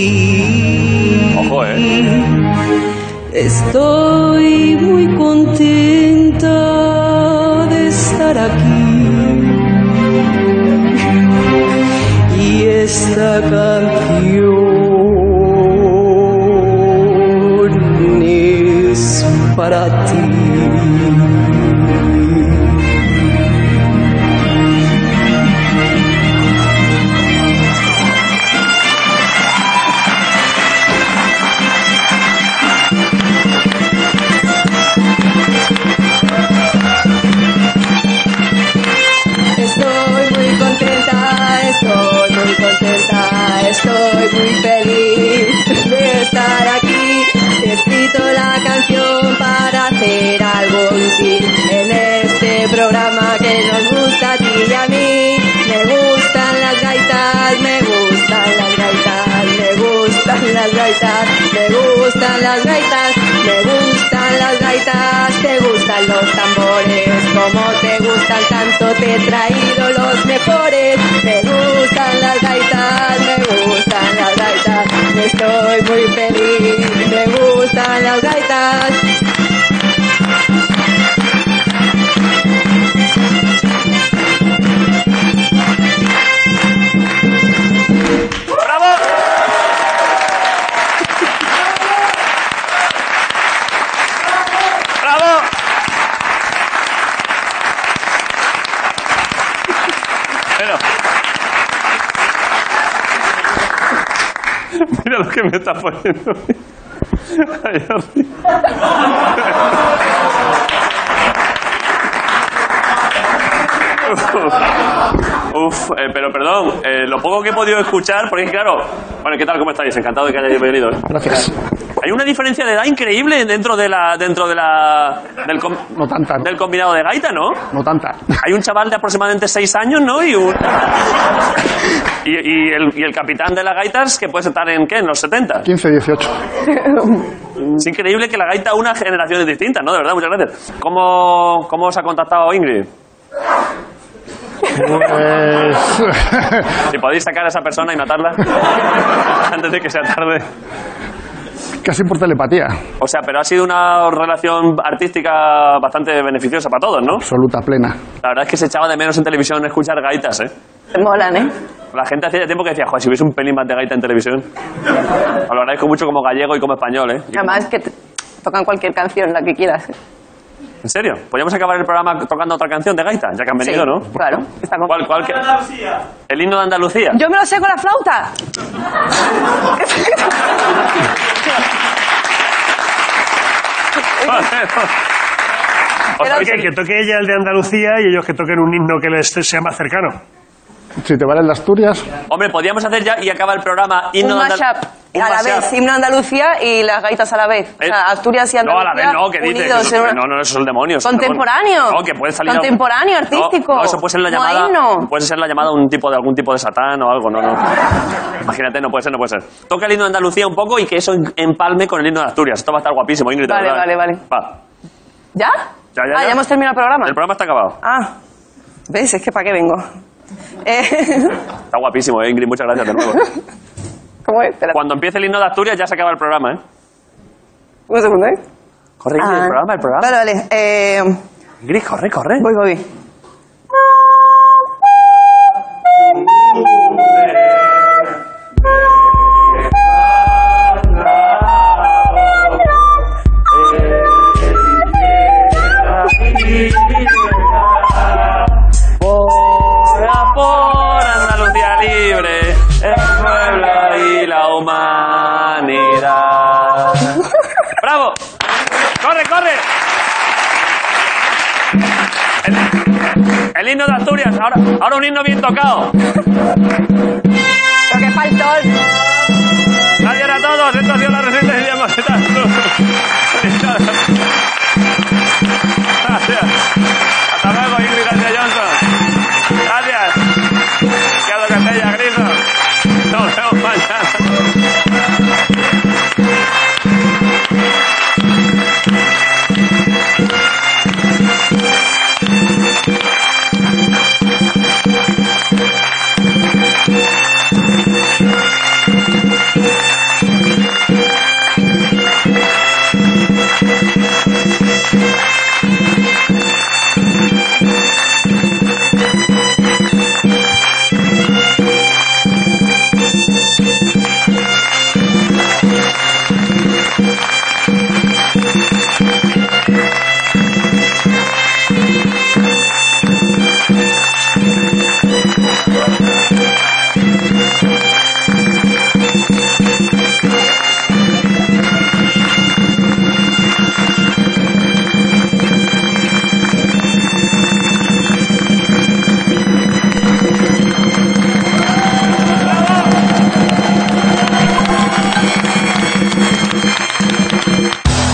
S12: David,
S1: Ojo, ¿eh?
S12: estoy muy contenta de estar aquí. Y esta canción es para ti. Estoy muy contenta, estoy muy contenta, estoy muy feliz de estar aquí. He escrito la canción para hacer algo útil en este programa que nos gusta a ti y a mí. Me gustan las gaitas, me gustan las gaitas, me gustan las gaitas, me gustan las gaitas, me gustan las gaitas, te gustan los tambores, como te gustan tanto, te he traído los mejores, me gustan las gaitas. gaitas, me gustan las gaitas. Estoy muy feliz, me gustan las gaitas.
S1: ¡Bravo! Bueno. Mira lo que me está poniendo. Ay, Jordi. Uf, eh, pero perdón, eh, lo poco que he podido escuchar, porque claro, bueno, ¿qué tal? ¿Cómo estáis? Encantado de que hayáis venido. Gracias. Hay una diferencia de edad increíble dentro de la dentro de la del, com- del combinado de gaita, ¿no?
S13: No tanta.
S1: Hay un chaval de aproximadamente 6 años, ¿no? Y un y, y el, y el capitán de las gaitas que puede estar en qué, en los 70.
S13: 15, 18.
S1: Es increíble que la gaita una generaciones distintas, ¿no? De verdad, muchas gracias. ¿Cómo, cómo os ha contactado Ingrid?
S13: Pues.
S1: Si podéis sacar a esa persona y matarla antes de que sea tarde.
S13: casi por telepatía.
S1: O sea, pero ha sido una relación artística bastante beneficiosa para todos, ¿no?
S13: Absoluta, plena.
S1: La verdad es que se echaba de menos en televisión escuchar gaitas, ¿eh?
S12: Molan, ¿eh?
S1: La gente hacía ya tiempo que decía, joder, si hubiese un pelín más de gaita en televisión. Os lo agradezco mucho como gallego y como español, ¿eh?
S12: Además que te- tocan cualquier canción, la que quieras.
S1: ¿En serio? Podríamos acabar el programa tocando otra canción de gaita, ya que han venido,
S12: Sí,
S1: ¿no?
S12: Claro.
S1: ¿Cuál, cuál? que- El himno de Andalucía.
S12: Yo me lo sé con la flauta.
S6: O sea, que, que toque ella el de Andalucía y ellos que toquen un himno que les sea más cercano.
S13: Si te valen las Asturias,
S1: Hombre, podríamos hacer ya y acaba el programa
S12: Un
S1: himno de Andal-
S12: mashup.
S1: un
S12: a la
S1: mashup. Eh,
S12: vez, himno a Andalucía y las gaitas a la vez. O sea, Asturias y
S1: No, a la
S12: Andalucía
S1: vez no, que dices.
S12: unidos en una-
S1: No, no, eso es el demonio. eso es el demonio.
S12: Contemporáneo.
S1: No, que puede salir. algo-
S12: Contemporáneo,
S1: No,
S12: artístico.
S1: No, eso puede ser la
S12: No
S1: llamada.
S12: hay himno.
S1: Puede ser la llamada un tipo de algún tipo de satán o algo, no, no. Imagínate, no puede ser, no puede ser. Toca el himno de Andalucía un poco y que eso en- empalme con el himno de Asturias. Esto va a estar guapísimo, Ingrid. de
S12: Vale,
S1: verdad.
S12: vale, vale.
S1: Va.
S12: ¿Ya?
S1: Ya, ya,
S12: Ah,
S1: ya.
S12: ya hemos terminado el programa.
S1: El programa está acabado.
S12: Ah, ¿ves? Es que ¿para qué vengo? Eh,
S1: Está guapísimo, eh, Ingrid. Muchas gracias de nuevo.
S12: ¿Cómo es? Espera,
S1: Cuando empiece el himno de Asturias ya se acaba el programa, ¿eh?
S12: un segundo, ¿eh?
S1: Corre, Ingrid,
S12: Ah.
S1: el programa, el programa.
S12: Vale, vale. Eh,
S1: Ingrid, corre, corre.
S12: voy, voy.
S1: Fuera por Andalucía libre, el pueblo y la humanidad. ¡Bravo! ¡Corre, corre! El, el himno de Asturias, ahora, ahora un himno bien tocado.
S12: Pero que faltón.
S1: Gracias a todos, esto ha sido la resistencia modesta.